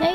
哎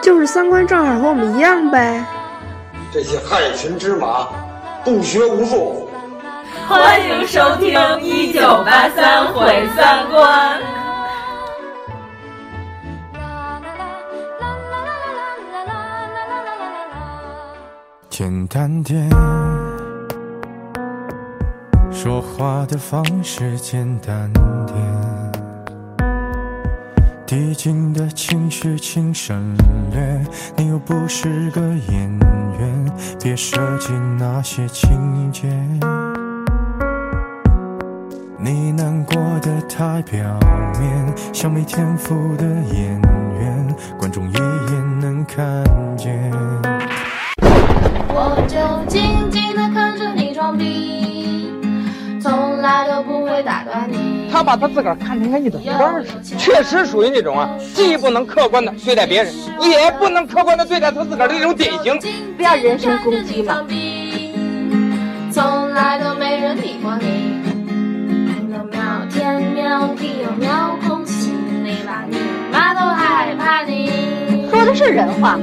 就是三观正好和我们一样呗。这些害群之马，不学无术。欢迎收听《一九八三毁三观》。简单点，说话的方式简单点，递进的情绪请省略。你又不是个演员，别设计那些情节。你难过的太表面，像没天赋的演员，观众一眼能看见。我就静静地看着你装逼，从来都不会打断你。他把他自个儿看成跟一本儿似的，确实属于那种啊，既不能客观的对待别人，也不能客观的对待他自个儿的那种典型。不要人身攻击嘛。从来都没人理过你。喵天喵地又喵空气，你爸你妈都害怕你。说的是人话。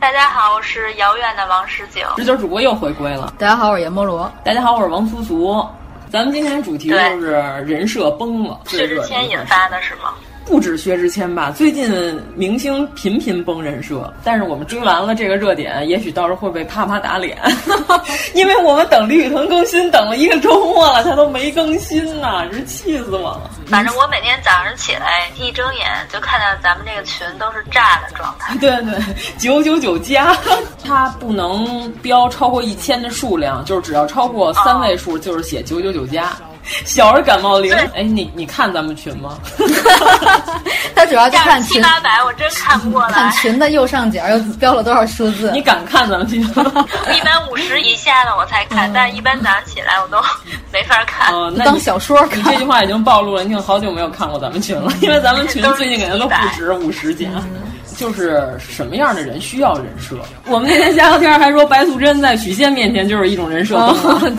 大家好，我是遥远的王十九。十九主播又回归了。大家好，我是阎摩罗。大家好，我是王苏苏。咱们今天主题就是人设崩了，薛之谦引发的是吗？不止薛之谦吧，最近明星频频崩人设，但是我们追完了这个热点，也许到时候会被啪啪打脸， 因为我们等李宇春更新等了一个周末了，他都没更新呢，真气死我了。反正我每天早上起来一睁眼就看到咱们这个群都是炸的状态。 对对，九九九加，它不能标超过一千的数量，就是只要超过三位数就是写九九九加。小儿感冒灵，哎，你你看咱们群吗？ 他主要就看七八百，我真看不过来。看群的右上角又标了多少数字？你敢看咱们群？一般五十以下的我才看，嗯、但一般早上起来我都没法看。哦、呃，那当小说看。你这句话已经暴露了，你有好久没有看过咱们群了，因为咱们群最近感觉都不止五十加。就是什么样的人需要人设？我们那天瞎聊天还说白素贞在许仙面前就是一种人设崩、哦，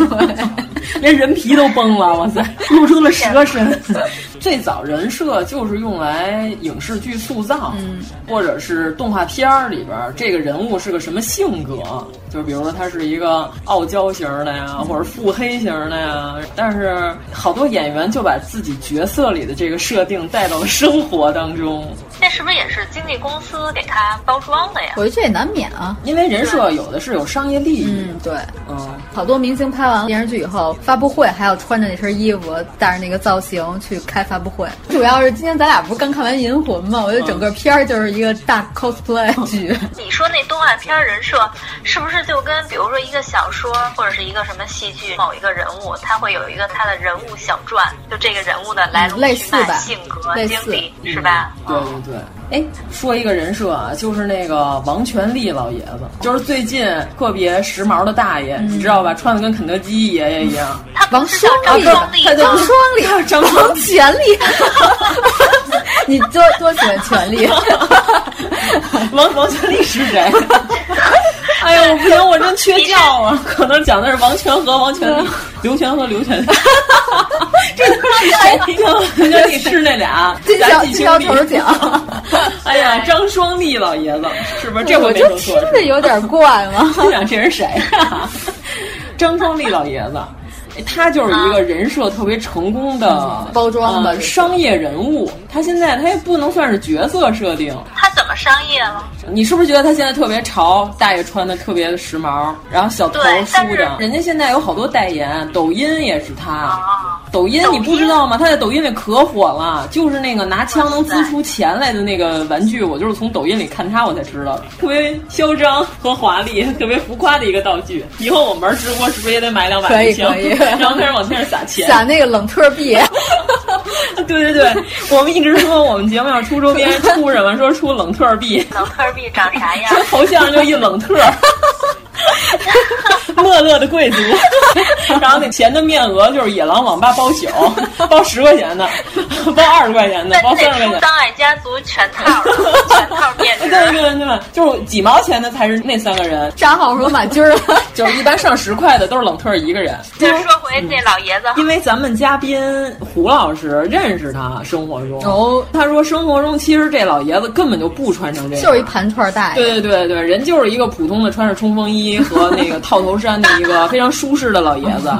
对， 连人皮都崩了，哇塞，露出了蛇身。 最早人设就是用来影视剧塑造，嗯、或者是动画片儿里边这个人物是个什么性格，就是比如说他是一个傲娇型的呀，或者腹黑型的呀。但是好多演员就把自己角色里的这个设定带到了生活当中。那是不是也是经纪公司？司给他包装的呀，我觉得这也难免啊，因为人设有的是有商业利益。嗯，对，嗯，好多明星拍完电视剧以后，发布会还要穿着那身衣服，带着那个造型去开发布会。主要是今天咱俩不是刚看完《银魂》吗？我觉得整个片儿就是一个大 cosplay 剧。嗯、你说那动画片人设是不是就跟比如说一个小说或者是一个什么戏剧某一个人物，他会有一个他的人物小传，就这个人物的嗯来龙去脉、性格、经历，是吧？对对对。哎，说一个人设啊，就是那个王全利老爷子，就是最近特别时髦的大爷，你、嗯、知道吧？穿的跟肯德基爷爷一样。他王双利，他叫双利，张王全利。你多多喜欢权力？王王全利是谁？哎呀，我不行，我真缺觉啊！ 可能讲的是王全和王全利， 刘全和刘全利。这都是谁？刘全利是那俩金小金小丑奖。 哎呀，张双立老爷子，是不是？这我就听着有点怪嘛。 心想这是谁啊？ 张双立老爷子。哎他就是一个人设特别成功的包装的商业人物，他现在他也不能算是角色设定。他怎么商业了？你是不是觉得他现在特别潮？大爷穿的特别的时髦，然后小头梳着，人家现在有好多代言，抖音也是他。抖音你不知道吗？他在抖音里可火了，就是那个拿枪能滋出钱来的那个玩具，我就是从抖音里看他我才知道的，特别嚣张和华丽，特别浮夸的一个道具。以后我们玩直播是不是也得买两把可以枪可以， 然后开始往天上撒钱？撒那个冷特币。 对对 对，我们一直说我们节目要出周边，出什么？说出冷特币，冷特币长啥 样？头像就一冷特。 乐乐的贵族， 然后那钱的面额就是野狼网吧包 宿，包十块钱的，包二十块钱的，包三十块钱的。当爱家族全套，全套面值。对对对，就是几毛钱的才是那三个人。扎好罗马军了， 就是一般上十块的都是冷特一个人。再说回这老爷子、嗯，因为咱们嘉宾胡老师认识他，生活中哦，他说生活中其实这老爷子根本就不穿成这样，就是一盘串大爷。对对对对，人就是一个普通的穿着冲锋衣和那个套头衫。的一个非常舒适的老爷 子，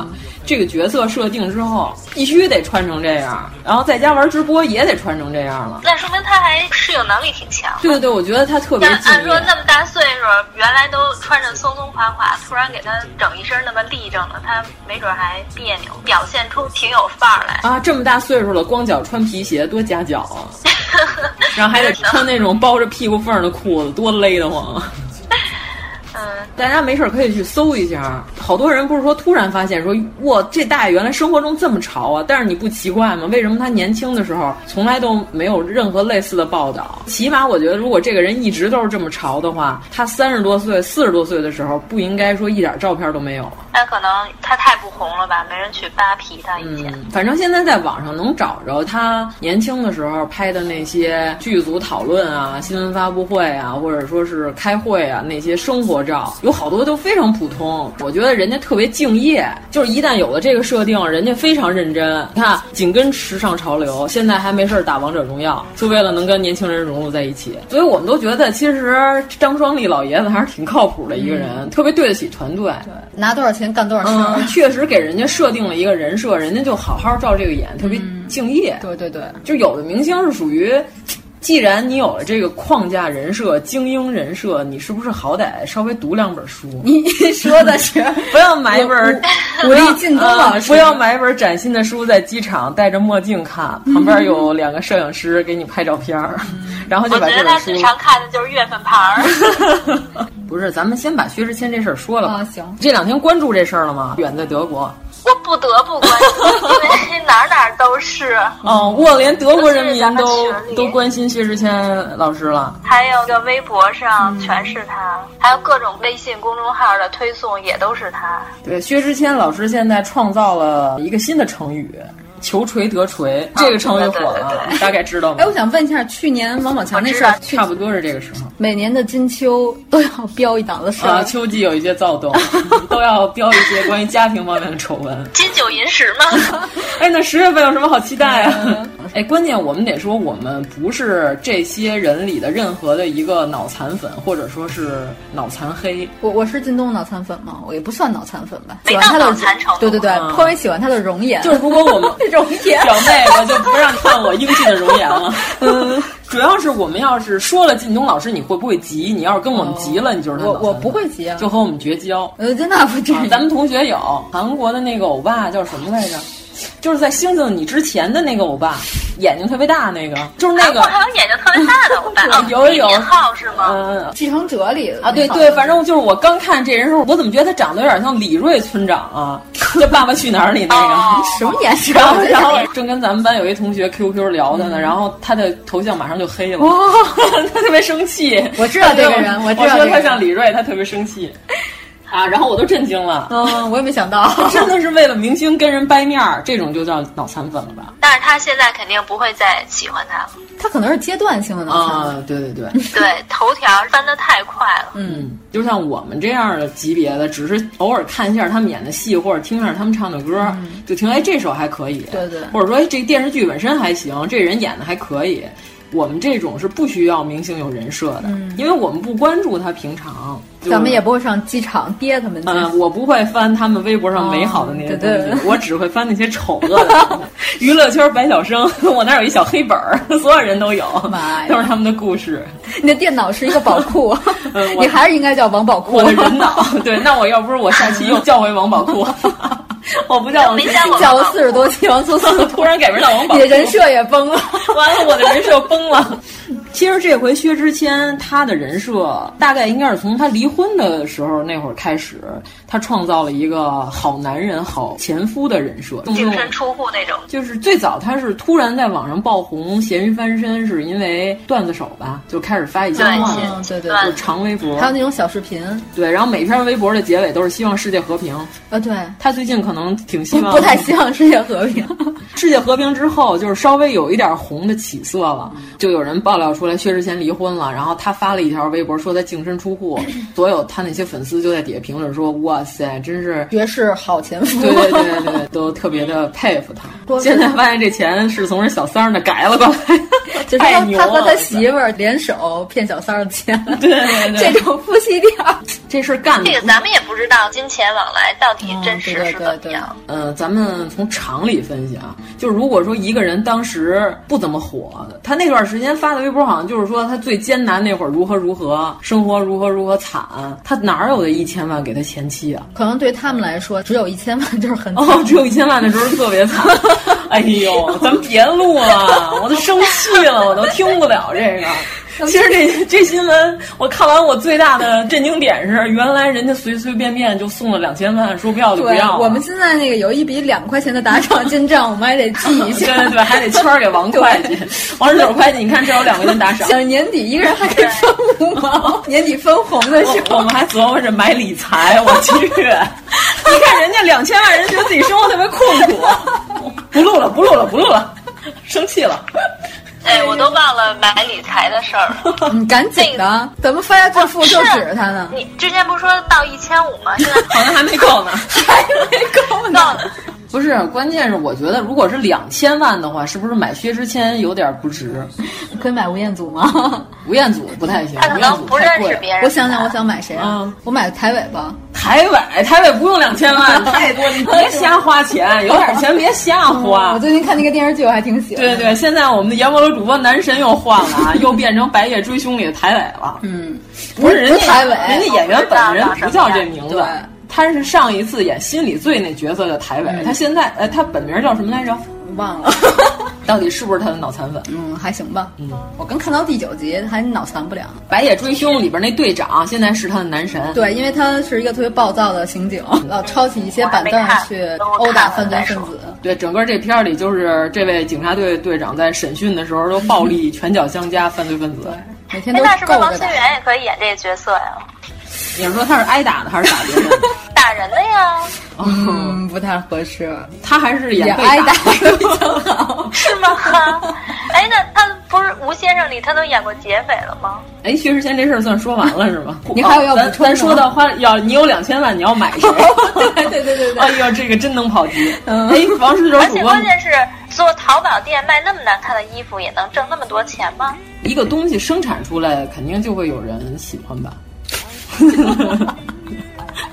这个角色设定之后，必须得穿成这样，然后在家玩直播也得穿成这样了。那说明他还适应能力挺强。对对对，我觉得他特别。按说那么大岁数，原来都穿着松松垮垮，突然给他整一身那么立正的，他没准还别扭，表现出挺有范儿来。 啊，这么大岁数了，光脚穿皮鞋多夹脚啊，然后还得穿那种包着屁股缝的裤子，多勒得慌。啊嗯，大家没事可以去搜一下，好多人不是说突然发现说，哇，这大爷原来生活中这么潮啊！但是你不奇怪吗？为什么他年轻的时候从来都没有任何类似的报道？起码我觉得，如果这个人一直都是这么潮的话，他三十多岁、四十多岁的时候，不应该说一点照片都没有了。那可能他太不红了吧，没人去扒皮他以前。嗯，反正现在在网上能找着他年轻的时候拍的那些剧组讨论啊、新闻发布会啊，或者说是开会啊那些生活。照有好多都非常普通，我觉得人家特别敬业，就是一旦有了这个设定，人家非常认真。你看，紧跟时尚潮流，现在还没事打王者荣耀，就为了能跟年轻人融入在一起。所以我们都觉得，其实张双立老爷子还是挺靠谱的一个人，嗯、特别对得起团队，拿多少钱干多少事儿、嗯，确实给人家设定了一个人设，人家就好好照这个演，特别敬业。嗯、对对对，就有的明星是属于。既然你有了这个框架人设、精英人设，你是不是好歹稍微读两本书？你 说的是 不要买一本武力进攻老师，呃不要买一本崭新的书，在机场戴着墨镜看，旁边有两个摄影师给你拍照片儿，嗯 然后就把这本书。我觉得他最常看的就是月份牌儿。 不是，咱们先把薛之谦这事儿说了吧。啊，行。这两天关注这事儿了吗？远在德国。我不得不关注，因为哪哪都是。哦，我连德国人民都都关心薛之谦老师了。还有个微博上全是他，嗯、还有各种微信公众号的推送也都是他。对，薛之谦老师现在创造了一个新的成语。求锤得锤，啊这个成语火了，大概知道吗？哎，我想问一下，去年王宝强那事儿，差不多是这个时候。每年的金秋都要标一档子事儿、啊，秋季有一些躁动，都要标一些关于家庭方面的丑闻。金九银十吗？ 哎，那十月份有什么好期待啊？ 哎，关键我们得说，我们不是这些人里的任何的一个脑残粉，或者说是脑残黑。我我是靳东脑残粉吗？我也不算脑残粉吧，喜欢他的对对对，嗯、颇为喜欢他的容颜。啊就是如果我们。 容颜，小妹，我就不让看我英俊的容颜了。 嗯，主要是我们要是说了靳东老师，你会不会急？你要是跟我们急了，你就是我我不会急啊，就和我们绝 交。啊呃，真的不至于。咱们同学有韩国的那个欧巴叫什么来着？就是在《星星你》之前的那个欧巴，眼睛特别大那个，就是那个。还有眼睛特别大的欧 巴，有有。浩是吗？嗯，继承者里啊，对对，反正就是我刚看这人时候，我怎么觉得他长得有点像李锐村长啊？这《爸爸去哪儿》里那个什么啊眼神？然 后然后正跟咱们班有一同学 QQ 聊的嗯呢，然后他的头像马上就黑了， 他特别生气。我知道这个 人，啊我知道他像李锐，他特别生气。啊，然后我都震惊了，嗯，我也没想 到，真的是为了明星跟人掰面儿，这种就叫脑残粉了吧？但是他现在肯定不会再喜欢他了，他可能是阶段性的脑残啊，对对对，对，头条翻得太快了，嗯，就像我们这样的级别的，只是偶尔看一下他们演的戏，或者听一下他们唱的歌，嗯、就听哎这首还可以，对对，或者说哎这电视剧本身还行，这人演的还可以。我们这种是不需要明星有人设的，嗯、因为我们不关注他平常， 咱们也不会上机场憋他们。嗯，我不会翻他们微博上美好的那些东西，哦、对对我只会翻那些丑恶的。 娱乐圈白晓生，我那有一小黑本儿， 所有人都有， 都是他们的故事。你的电脑是一个宝 库，嗯、你还是应该叫王宝库。 我的人脑，对，那我要不是我下期又叫回王宝库。我不叫没见过叫了四十多期王思聪， 突然改名叫王宝，你的人设也崩了，完了我的人设崩了。其实这回薛之谦他的人设大概应该是从他离婚的时候那会儿开始，他创造了一个好男人、好前夫的人设，净身出户那种。就是最早他是突然在网上爆红，咸鱼翻身是因为段子手吧，就开始发一些段子，嗯嗯对对，就是长微博，还有那种小视频，对，然后每篇微博的结尾都是希望世界和平。啊，对，他最近可能挺希望不太希望世界和平。世界和平之后，就是稍微有一点红的起色了，嗯就有人爆料出来薛之谦离婚了。然后他发了一条微博说他净身 出户，所有他那些粉丝就在底下评论说：“哇塞，真是绝世好前夫。”对 对对对对，都特别 的佩服他。现在发现这钱是从人小三儿那改了过来。 就是他他和他媳妇儿联手骗小三儿的钱，对,对,对，这种夫妻调，这事干的。这个咱们也不知道金钱往来到底真实是怎么样。嗯、呃，咱们从常理分析啊，就是如果说一个人当时不怎么火，他那段时间发的微博好像就是说他最艰难那会儿如何如何，生活如何如何惨，他哪有的一千万给他前妻啊？可能对他们来说，只有一千万就是很哦，只有一千万的时候特别惨。 哎呦，咱们别录了、啊，我都生气了，我都听不了这个。其实这这新闻我看完，我最大的震惊点是，原来人家随随便便就送了两千万，说不要就不要。啊我们现在那个有一笔两块钱的打赏进账，我们还得记一 下。对对对，还得圈儿给王会计， 王十九会计，你看这有两块钱打赏。想年底一个人还可以分五毛， 年底分红的时 候，我们还琢磨着买理财。我去， 你看人家两千万人，觉得自己生活特别困苦。 不录了，不录了，不录了，生气了。哎，我都忘了买理财的事儿 了。你嗯赶紧的，哦咱们发家致富就指着它呢。你之前不是说到一千五 吗？现在好 像还没够呢，还没够呢。不是，关键是我觉得，如果是两千万的话，是不是买薛之谦有点不值？可以买吴彦祖吗？吴彦祖不太行，他可能不认识别人。我想想，我想买谁啊？嗯、我买台伟吧。台伟，台伟不用两千 万，太多，你别瞎花钱，有点钱别瞎花、嗯。我最近看那个电视剧，我还挺喜欢。对对，现在我们的阎摩罗主播男神又换了啊，又变成《白夜追凶》里的台伟了。嗯，不是人家台伟，人家演员本人不叫这名字。他是上一次演《心理罪》那角色的台伟，嗯、他现在呃，他本名叫什么 来着？忘了，到底是不是他的脑残粉？嗯，还行吧。嗯，我刚看到第九集，还脑残不了。《白夜追凶》里边那队长现在是他的男神。对，因为他是一个特别暴躁的刑警，老抄起一些板凳去殴打犯罪分子。对，整个这片里就是这位警察队队长在审讯的时候都暴力拳脚相加，犯罪分子。嗯对，每天都那是不是王千源也可以演这个角色呀、啊？你是说他是挨打的还是打 别人？打人的呀。嗯，不太合适。他还 是演挨打 比较好，是吗？ 哎，那他不是《吴先生》里他都演过劫匪了吗？哎，薛之谦这事儿算说完了是吗？你还有要咱哦咱说到花要你有两千万你要 买谁？对对对对对。哎呦，这个真能跑题。哎，王十九主播。而且关键是做淘宝店卖那么难看的衣服也能挣那么多钱吗？一个东西生产出来，肯定就会有人喜欢吧。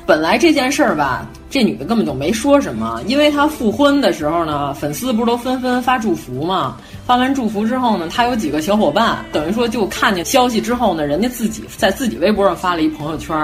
本来这件事儿吧，这女的根本就没说什么，因为她复婚的时候呢，粉丝不是都纷纷发祝福嘛？发完祝福之后呢，她有几个小伙伴，等于说就看见消息之后呢，人家自己在自己微博上发了一朋友圈，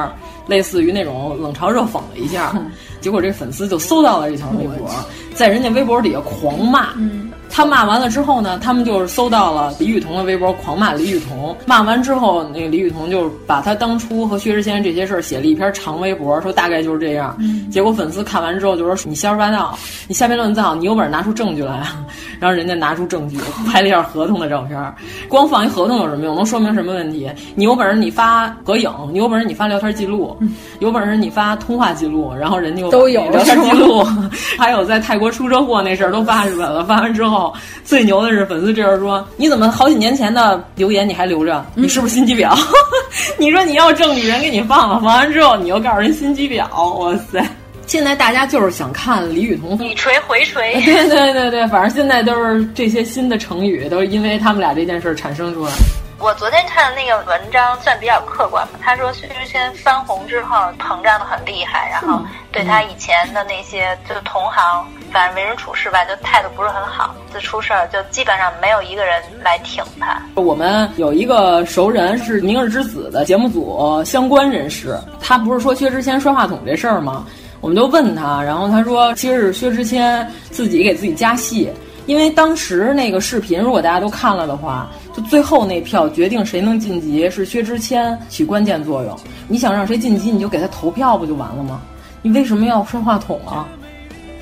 类似于那种冷嘲热讽了一下，结果这粉丝就搜到了这条微博，在人家微博底下狂骂。嗯他骂完了之后呢，他们就是搜到了李雨桐的微博，狂骂李雨桐。骂完之后，那个李雨桐就把他当初和薛之谦这些事儿写了一篇长微博，说大概就是这样。嗯、结果粉丝看完之后就说：“你瞎说八道，你瞎编乱造，你有本事拿出证据来啊！” 然后人家拿出证据，拍了一下合同的照 片。光放一合同有什么用？能说明什么问题？你有本事你发合影，你有本事你发聊天记录，嗯、有本事你发通话记录，然后人家都有聊天记录， 还有在泰国出车祸那事儿都发出来了。发完之后。最牛的是粉丝这样说：“你怎么好几年前的留言你还留着？你是不是心机婊？ 你说你要证据，人给你放了，放完之后你又告诉人心机婊，哇塞！现在大家就是想看李雨桐你锤回锤， 对对对对，反正现在都是这些新的成语，都是因为他们俩这件事产生出来。”我昨天看的那个文章算比较客观吧，他说薛之谦翻红之后膨胀的很厉害，然后对他以前的那些就同行，反正为人处事吧，就态度不是很好，就出事儿就基本上没有一个人来挺他。我们有一个熟人是《明日之子》的节目组相关人士，他不是说薛之谦摔话筒这事儿吗？我们就问他，然后他说其实是薛之谦自己给自己加戏，因为当时那个视频如果大家都看了的话，就最后那票决定谁能晋级是薛之谦起关键作用。你想让谁晋级，你就给他投票不就完了吗？你为什么要摔话筒啊？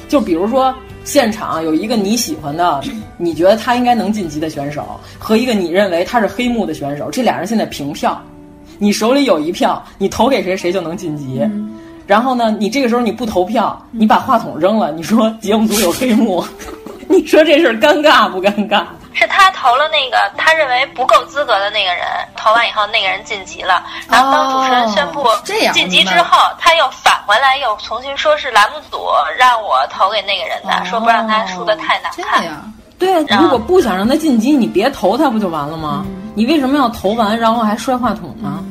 就比如说现场有一个你喜欢的，你觉得他应该能晋级的选手，和一个你认为他是黑幕的选手，这俩人现在平票，你手里有一票，你投给谁谁就能晋级。然后呢，你这个时候你不投票，你把话筒扔了，你说节目组有黑幕， 你说这事儿尴尬不尴尬？是他投了那个他认为不够资格的那个人，投完以后那个人晋级了。然后当主持人宣布晋级之后，他又返回来，又重新说是栏目组让我投给那个人的，说不让他输的太难看。对啊，嗯然后如果不想让他晋级，你别投他不就完了吗？你为什么要投完然后还摔话筒呢？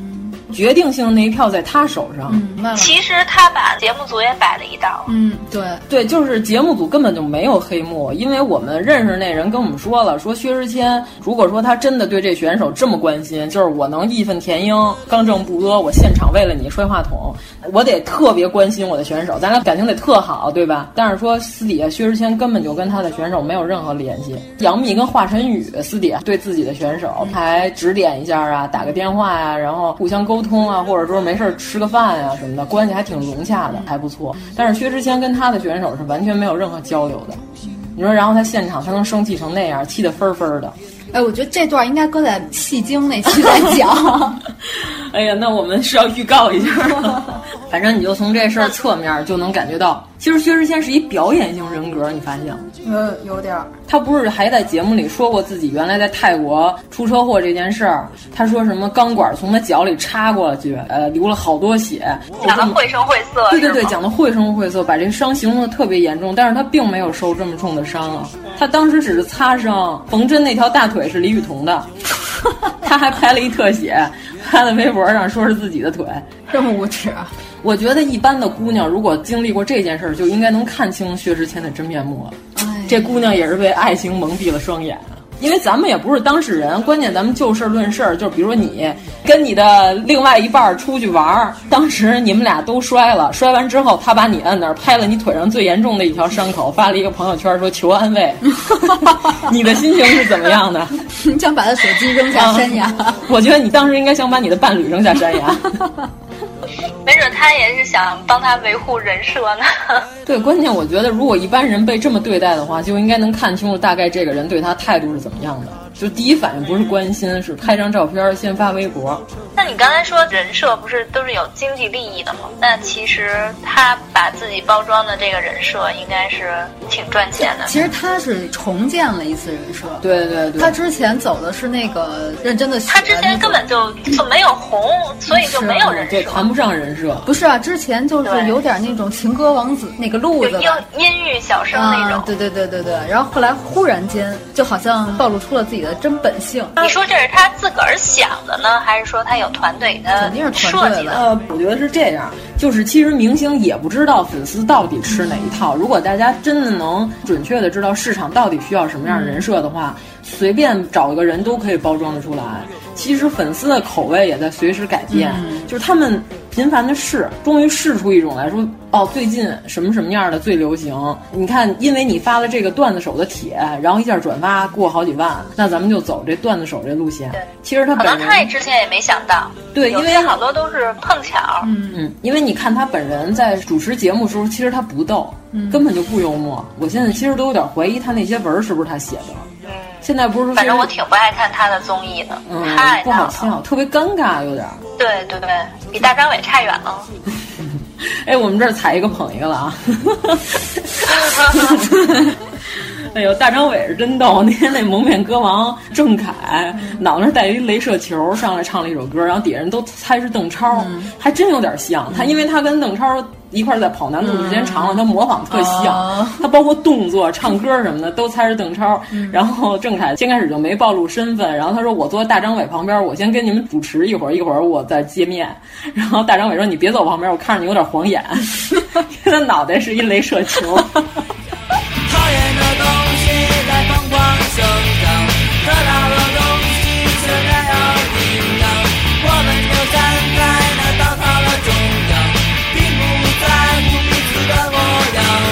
决定性的那一票在他手上。其实他把节目组也摆了一道。嗯，对对，就是节目组根本就没有黑幕，因为我们认识那人跟我们说了，说薛之谦如果说他真的对这选手这么关心，就是我能义愤填膺、刚正不阿，我现场为了你摔话筒，我得特别关心我的选手，咱俩感情得特好，对吧？但是说私底下薛之谦根本就跟他的选手没有任何联系，杨幂跟华晨宇私底下对自己的选手还指点一下啊，打个电话呀、然后互相沟通啊，或者说没事儿吃个饭啊呀、什么的，关系还挺融洽的，还不错。但是薛之谦跟他的选手是完全没有任何交流的。你说，然后他现场他能生气成那样，气得分儿分儿的。哎，我觉得这段应该搁在戏精那期来 讲。 哎呀，那我们是要预告一下 了。反正你就从这事儿侧面就能感觉到，其实薛之谦是一表演型人格，你发现吗？呃，有点儿。他不是还在节目里说过自己原来在泰国出车祸这件事儿？他说什么钢管从他脚里插过去，呃，流了好多血，讲的绘声绘色，嗯对对对，是吗讲的绘声绘色，把这伤形容的特别严重，但是他并没有受这么重的伤啊，他当时只是擦伤，缝针那条大腿是李雨桐的， 他还拍了一特写，发在微博上说是自己的腿，这么无耻啊！我觉得一般的姑娘如果经历过这件事儿，就应该能看清薛之谦的真面目了。哎这姑娘也是被爱情蒙蔽了双眼。啊因为咱们也不是当事人，关键咱们就事论事儿。就比如你跟你的另外一半儿出去玩儿，当时你们俩都摔了，摔完之后他把你摁那儿，拍了你腿上最严重的一条伤口，发了一个朋友圈说求安慰。你的心情是怎么样的？啊你想把他手机扔嗯下山崖？我觉得你当时应该想把你的伴侣扔下山崖。没准他也是想帮他维护人设呢。对，关键我觉得，如果一般人被这么对待的话，就应该能看清楚大概这个人对他态度是怎么样的。就第一反应不是关心，是拍张照片儿先发微博。那你刚才说人设不是都是有经济利益的吗？那其实他把自己包装的这个人设应该是挺赚钱的。其实他是重建了一次人设。对对他之前走的是那个认真的学。他之前根本就就没有红，所以就没有人啊对，设。谈不上人设。不是啊，之前就是有点那种情歌王子那个路就子阴吧。阴郁小生那种啊，。对对对对对，然后后来忽然间就好像暴露出了自己的真本性。你说这是他自个儿想的呢，还是说他有团队给他设计的？呃，我觉得是这样，就是其实明星也不知道粉丝到底吃哪一套。如果大家真的能准确的知道市场到底需要什么样的人设的话，随便找一个人都可以包装得出来。其实粉丝的口味也在随时改变，就是他们频繁的试，终于试出一种来说，哦，最近什么什么样的最流行？你看，因为你发了这个段子手的帖，然后一下转发过好几万，那咱们就走这段子手这路线。其实他可本能人他也之前也没想到，对有因为些好多都是碰巧。嗯，因为你看他本人在主持节目的时候，其实他不逗，根本就不幽默。我现在其实都有点怀疑他那些文儿是不是他写的。嗯，现在不是说反正我挺不爱看他的综艺的，嗯太不闹好了。笑，特别尴尬，有点儿。对对对，比大张伟差远 了。 哎，我们这儿踩一个捧一个了啊！ 哎呦，大张伟是真逗。 那天那蒙面歌王郑恺脑袋上戴一镭射球，上来唱了一首歌，然后底下人都猜是邓超，还真有点像他，因为他跟邓超一块儿在跑男组时间长了，他模仿特像，他包括动作、唱歌什么的都猜是邓超。 然后郑恺先开始就没暴露身份，然后他说我坐大张伟旁边，我先跟你们主持一会儿，一会儿我再见面。 然后大张伟说你别走旁边，我看着你有点晃眼， 他脑袋是一镭射球。讨厌的东西在疯狂生长，得到的东西却没有营养。我们就站在那稻草的中央，并不在乎彼此的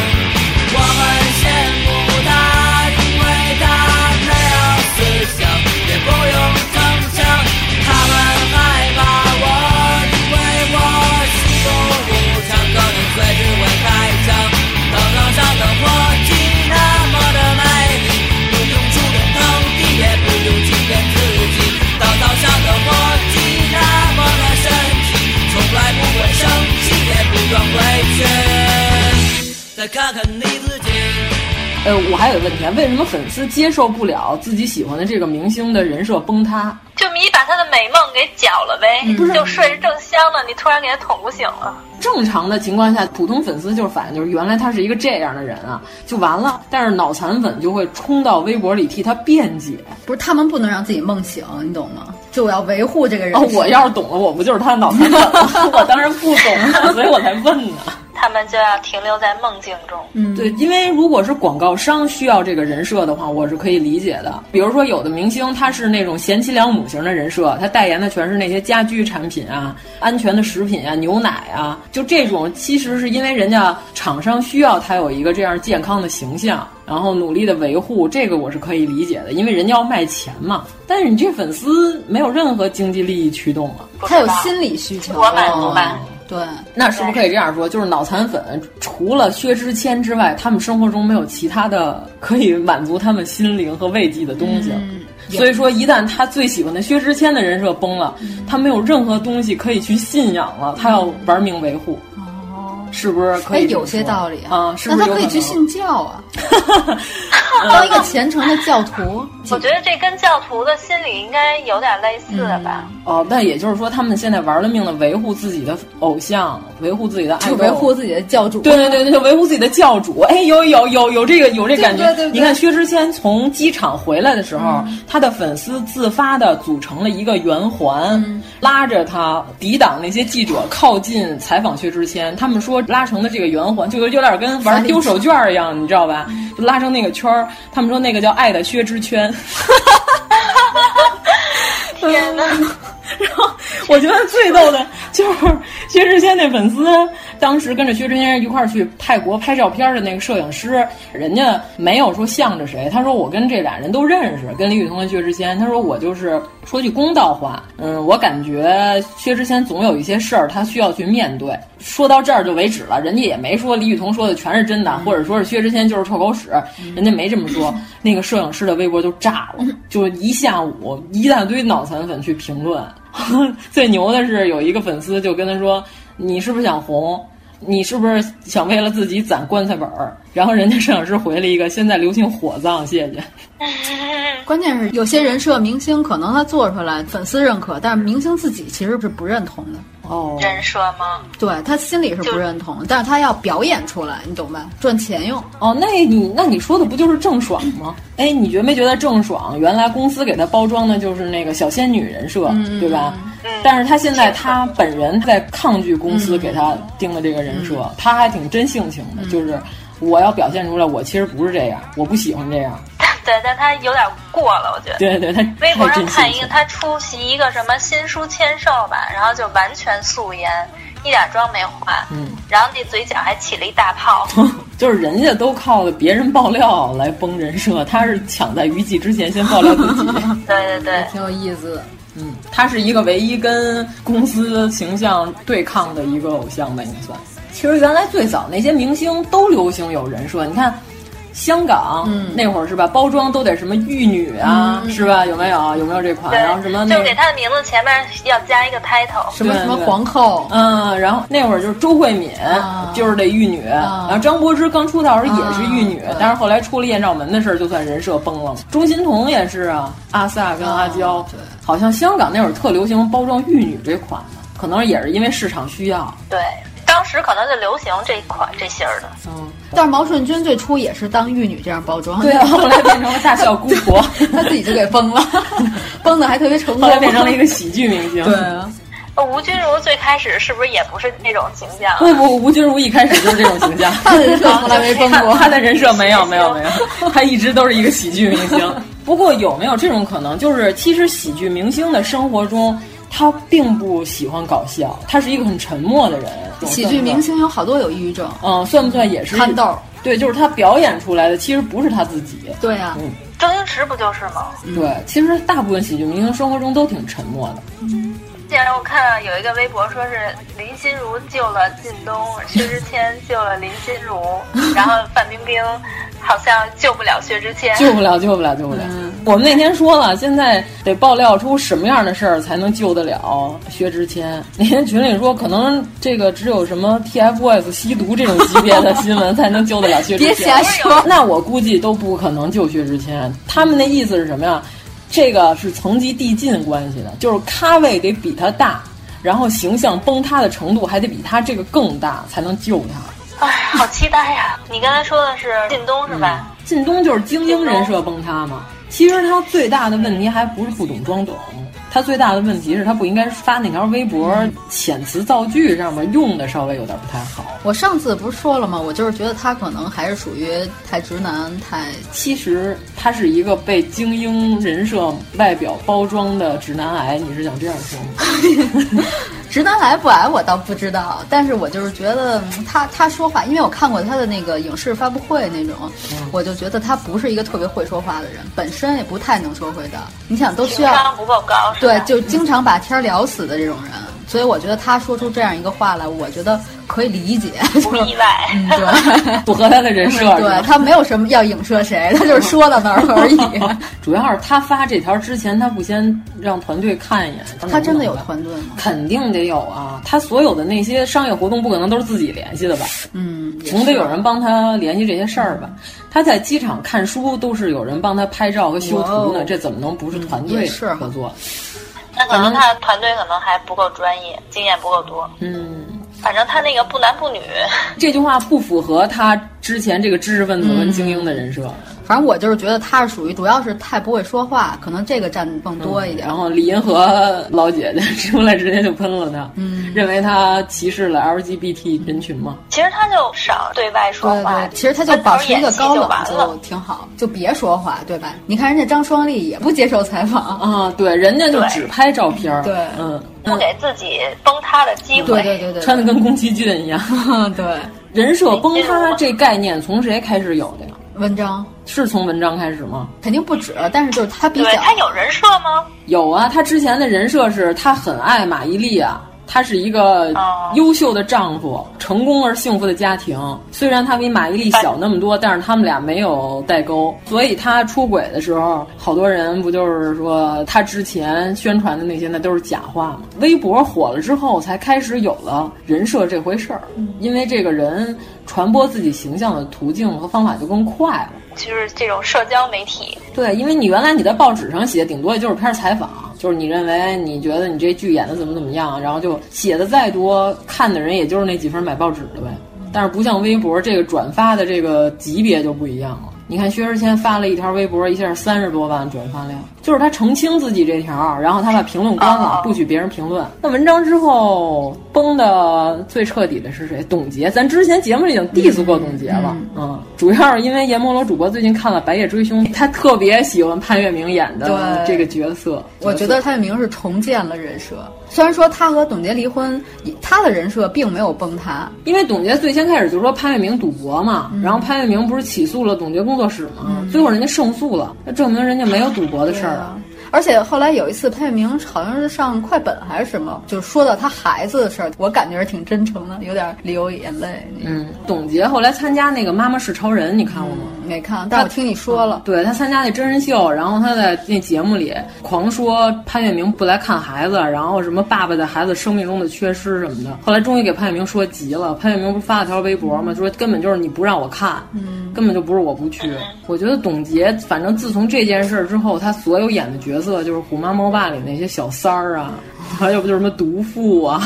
呃，我还有个问题啊，为什么粉丝接受不了自己喜欢的这个明星的人设崩塌？就你把他的美梦给搅了呗，不是就睡着正香呢，你突然给他捅咕醒了。正常的情况下，普通粉丝就是反应就是原来他是一个这样的人啊，就完了。但是脑残粉就会冲到微博里替他辩解。不是他们不能让自己梦醒，你懂吗？就我要维护这个人设。哦，我要是懂了，我不就是他的脑残粉吗？我当然不懂，所以我才问呢。他们就要停留在梦境中。嗯，对，因为如果是广告商需要这个人设的话，我是可以理解的。比如说，有的明星他是那种贤妻良母型的人设，他代言的全是那些家居产品啊、安全的食品啊、牛奶啊，就这种，其实是因为人家厂商需要他有一个这样健康的形象。然后努力的维护，这个我是可以理解的，因为人家要卖钱嘛。但是你这粉丝没有任何经济利益驱动啊，他有心理需求。我买不买？对，那是不是可以这样说？就是脑残粉除了薛之谦之外，他们生活中没有其他的可以满足他们心灵和慰藉的东西。嗯所以说，一旦他最喜欢的薛之谦的人设崩了，嗯他没有任何东西可以去信仰了，他要玩命维护。是不是可哎，以？有些道理啊，是那不是他可以去有能信教 啊，当一个虔诚的教徒。我觉得这跟教徒的心理应该有点类似吧。哦，那也就是说，他们现在玩了命的维护自己的偶像，维护自己的爱就豆，维护自己的教主。对对对对，就维护自己的教主。哎，有有有有这个有这感觉。对对对对嗯你看薛之谦从机场回来的时候，他的粉丝自发的组成了一个圆环，嗯拉着他抵挡那些记者靠近采访薛之谦。他们说拉成的这个圆环，就有有点跟玩丢手绢儿一样，你知道吧？嗯就拉成那个圈儿，他们说那个叫“爱的薛之圈”。 天哪！嗯然后 我觉得最逗的就是薛之谦那粉丝，当时跟着薛之谦一块儿去泰国拍照片的那个摄影师，人家没有说向着谁，他说我跟这俩人都认识，跟李雨桐跟薛之谦，他说我就是说句公道话，嗯，我感觉薛之谦总有一些事儿他需要去面对。说到这儿就为止了，人家也没说李雨桐说的全是真的，或者说是薛之谦就是臭狗屎，人家没这么说。那个摄影师的微博就炸了，就一下午一大堆脑残粉去评论。最牛的是有一个粉丝就跟他说：“你是不是想红？你是不是想为了自己攒棺材本儿？”然后人家摄影师回了一个：“现在流行火葬，谢谢。关键是有些人设明星可能他做出来粉丝认可，但是明星自己其实是不认同的。哦，人设吗？ 对他心里是不认同，但是他要表演出来，你懂吧？赚钱用。”哦，那你那你说的不就是郑爽吗？哎，你觉没觉得郑爽原来公司给她包装的就是那个小仙女人设，嗯对吧？但是她现在她本人在抗拒公嗯司给她定的这个人设，她还挺真性情的，就是我要表现出来，我其实不是这样，我不喜欢这 样。对，但他有点过了，我觉得。对对，她微博太真上性看一个情。他出席一个什么新书签售吧，然后就完全素颜，一点妆没化，嗯，然后那嘴角还起了一大 泡。就是人家都靠的别人爆料来崩人设，她是抢在娱记之前先爆料 自己。对对对，挺有意思的。嗯，她是一个唯一跟公司形象对抗的一个偶像吧，应该算。其实原来最早那些明星都流行有人设，你看。香港、嗯那会儿是吧，包装都得什么玉女啊，嗯是吧？有没有有没有这款？对，然后嗯什么那就给他的名字前面要加一个 title，什么对什么对皇后，嗯，然后那会儿就是周慧敏，啊就是这玉女。啊然后张柏芝刚出道时也是玉女，啊对但是后来出了艳照门的事儿，就算人设崩了嘛。钟欣桐也是啊，阿 sa 跟阿娇，啊对好像香港那会儿特流行包装玉女这款嘛，可能也是因为市场需要。对，当时可能就流行这一款这型儿的。嗯，但是毛顺君最初也是当玉女这样包装，对啊， 后来变成了大笑姑婆， 他自己就给崩了， 崩的还特别成功，后来变成了一个喜剧明星。对啊，呃吴君如最开始是不是也不是那种形 象？啊不不，吴君如一开始就是这种形 象，他的人设从来没崩过他的人设 没有没有没有，他一直都是一个喜剧明星。 不过有没有这种可能，就是其实喜剧明星的生活中，他并不喜欢搞笑，他是一个很沉默的人。喜剧明，星有好多有抑郁症，嗯，算不算也是憨豆儿？对，就是他表演出来的，其实不是他自己。对啊，周星驰不就是吗？对，其实大部分喜剧明星生活中都挺沉默的。既然我看到有一个微博说是林心如救了靳东，薛之谦救了林心如，然后范冰冰好像救不了薛之谦。嗯救不了，救不了，救不了。我们那天说了，现在得爆料出什么样的事儿才能救得了薛之谦。那天群里说，可能这个只有什么 TFBOYS 吸毒这种级别的新闻才能救得了薛之谦。别瞎说那我估计都不可能救薛之谦。他们的意思是什么呀？这个是层级递进关系的，就是咖位得比他大，然后形象崩塌的程度还得比他这个更大，才能救他。哎，好期待呀！你刚才说的是靳东是吧？靳东就是精英人设崩塌嘛。其实他最大的问题还不是不懂装懂，他最大的问题是他不应该发那条微博，遣词造句上面用的稍微有点不太好。我上次不是说了吗？我就是觉得他可能还是属于太直男，太 其实他是一个被精英人设外表包装的直男癌，你是想这样说吗？ 直男癌不癌我倒不知道，但是我就是觉得嗯他他说话，因为我看过他的那个影视发布会那种，嗯我就觉得他不是一个特别会说话的人，本身也不太能说会道。你想都需情商嗯要不够高是对吧？，就经常把天儿聊死的这种人，所以我觉得他说出这样一个话来，我觉得可以理解。 不意外。嗯，对，符合他的人设是 吧对他没有什么要影射谁，他就是说到那儿而已。 主要是他发这条之前，他不先让团队看一眼。 他真的有团队吗？肯定得有啊，他所有的那些商业活动不可能都是自己联系的吧？嗯，总得有人帮他联系这些事儿吧？他在机场看书都是有人帮他拍照和修图哇呢，哦这怎么能不是团队也是合作？那可能他的团队可能还不够专业，经验不够多。嗯，反正他那个不男不女，这句话不符合他之前这个知识分子跟精英的人设，反正我就是觉得他是属于，主要是太不会说话，可能这个占更多一点。然后李银河老姐 姐出来直接就喷了他，嗯，认为他歧视了 LGBT 人群嘛。其实他就少对外说对话对，，其实他就保持一个高冷嗯他头演戏就完就了。挺好，就别说话，对吧？你看人家张双立也不接受采访， 啊，对，人家就对只拍照片儿，对嗯，不给自己崩塌的机会。对对对对，穿的跟宫崎骏一样。 跟对人设崩哎塌这概念从谁开始有的呀？文章是从文章开始吗？肯定不止，但是就是他比对较他有人设吗？有啊，他之前的人设是他很爱马伊琍啊，他是一个哦优秀的丈夫，成功而幸福的家庭。虽然他比马伊琍小那么多，但是他们俩没有代沟，所以他出轨的时候，好多人不就是说他之前宣传的那些那都是假话吗？微博火了之后，才开始有了人设这回事儿，因为这个人传播自己形象的途径和方法就更快了。就是这种社交媒体，对，因为你原来你在报纸上写，顶多也就是篇儿采访，就是你认为你觉得你这剧演的怎么怎么样，然后就写的再多，看的人也就是那几分买报纸的呗。但是不像微博这个转发的这个级别就不一样了。你看薛之谦发了一条微博，一下三十多万转发量，就是他澄清自己这条，然后他把评论关了，不许别人评论。那文章之后崩的最彻底的是谁？董洁，咱之前节目里已经 diss 过董洁了，嗯，主要是因为阎摩罗主播最近看了《白夜追凶》，他特别喜欢潘粤明演的对这个角色，我觉得蔡明是重建了人设，虽然说他和董洁离婚，他的人设并没有崩塌。因为董洁最先开始就说潘粤明赌博嘛，嗯然后潘粤明不是起诉了董洁工作室嘛，最后人家胜诉了，那证明人家没有赌博的事儿啊。而且后来有一次，潘粤明好像是上快本还是什么，就说到他孩子的事儿，我感觉是挺真诚的，有点流眼泪。嗯，董洁后来参加那个《妈妈是超人》，你看过吗？没看，但我听你说了，对他参加那真人秀，然后他在那节目里狂说潘粤明不来看孩子，然后什么爸爸在孩子生命中的缺失什么的。后来终于给潘粤明说急了，潘粤明不是发了条微博吗？说根本就是你不让我看，嗯，根本就不是我不去。我觉得董洁，反正自从这件事儿之后，她所有演的角色就是《虎妈猫爸》里那些小三儿啊， 还有不就是什么毒妇 啊，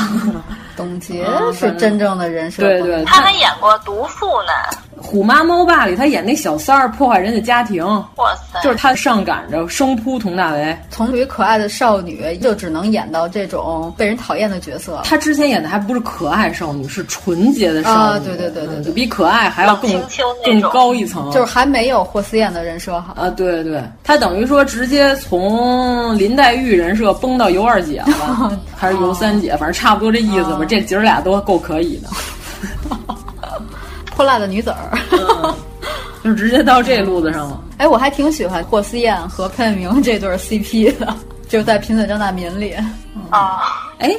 董洁嗯是真正的人设对崩塌。对，他她还演过毒妇呢。 《虎妈猫爸》里她演那小三儿破坏人家家庭。哇塞！就是她上赶着生扑佟大为，从属于可爱的少女，就只能演到这种被人讨厌的角色了。她之前演的还不是可爱少女，是纯洁的少啊女，对对对对嗯对就比可爱还要更冷清清那更种高一层，就是还没有霍思燕的人设好，啊，对对，她等于说直接从林黛玉人设崩到尤二姐 了，还是尤三姐，反正差不多这意思啊吧。这姐儿俩都够可以的， 泼辣的女子 儿。就直接到这路子上了。哎，我还挺喜欢霍思燕和潘粤明这对儿 CP 的，就是在《贫嘴张大民》里。啊，哎，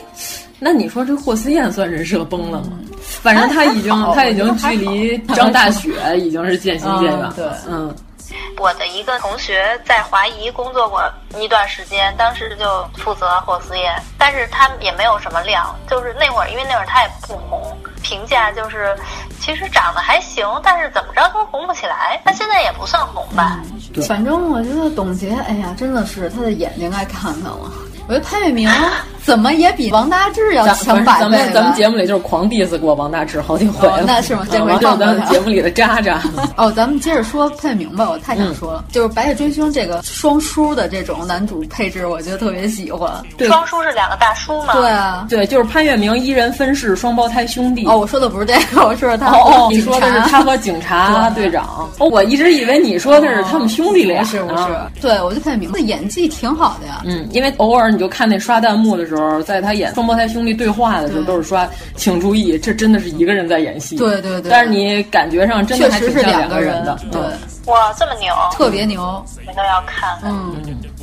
那你说这霍思燕算人设崩了吗？反正她已经嗯还好她已经还距好离张大雪已经是渐行渐远嗯对了，嗯。我的一个同学在华谊工作过一段时间，当时就负责火丝业，但是他也没有什么量，就是那会儿，因为那会儿他也不红，评价就是其实长得还行，但是怎么着都红不起来。他现在也不算红吧，反正我觉得董洁，哎呀，真的是她的眼睛该看看了。我觉得潘粤 明怎么也比王大治要咱强们百倍咱们咱们节目目里就是狂 diss 过王大治好几回了、哦那是吗这回啊放王过大治咱们他节目里的渣 渣。哦，咱们接着说潘粤明吧，我太想说了，嗯就是《白夜追凶》这个双姝的这种男主配置，我觉得特别喜欢。双叔是两个大叔嘛。对啊，对，就是潘粤明一人分饰双胞胎兄弟。哦，我说的不是这个，我说的他和哦哦，你警察说的是他和警察队长。哦，我一直以为你说的是他们兄弟俩。不哦是不是，对我就看明白演技挺好的呀。啊嗯，因为偶尔你就看那刷弹幕的时候，在他演双胞胎兄弟对话的时候，都是刷“请注意，这真的是一个人在演戏”。对对对但是你感觉上真的还挺确实像是两两个人人的，对嗯哇，这么牛，特别牛，你们都要看。嗯，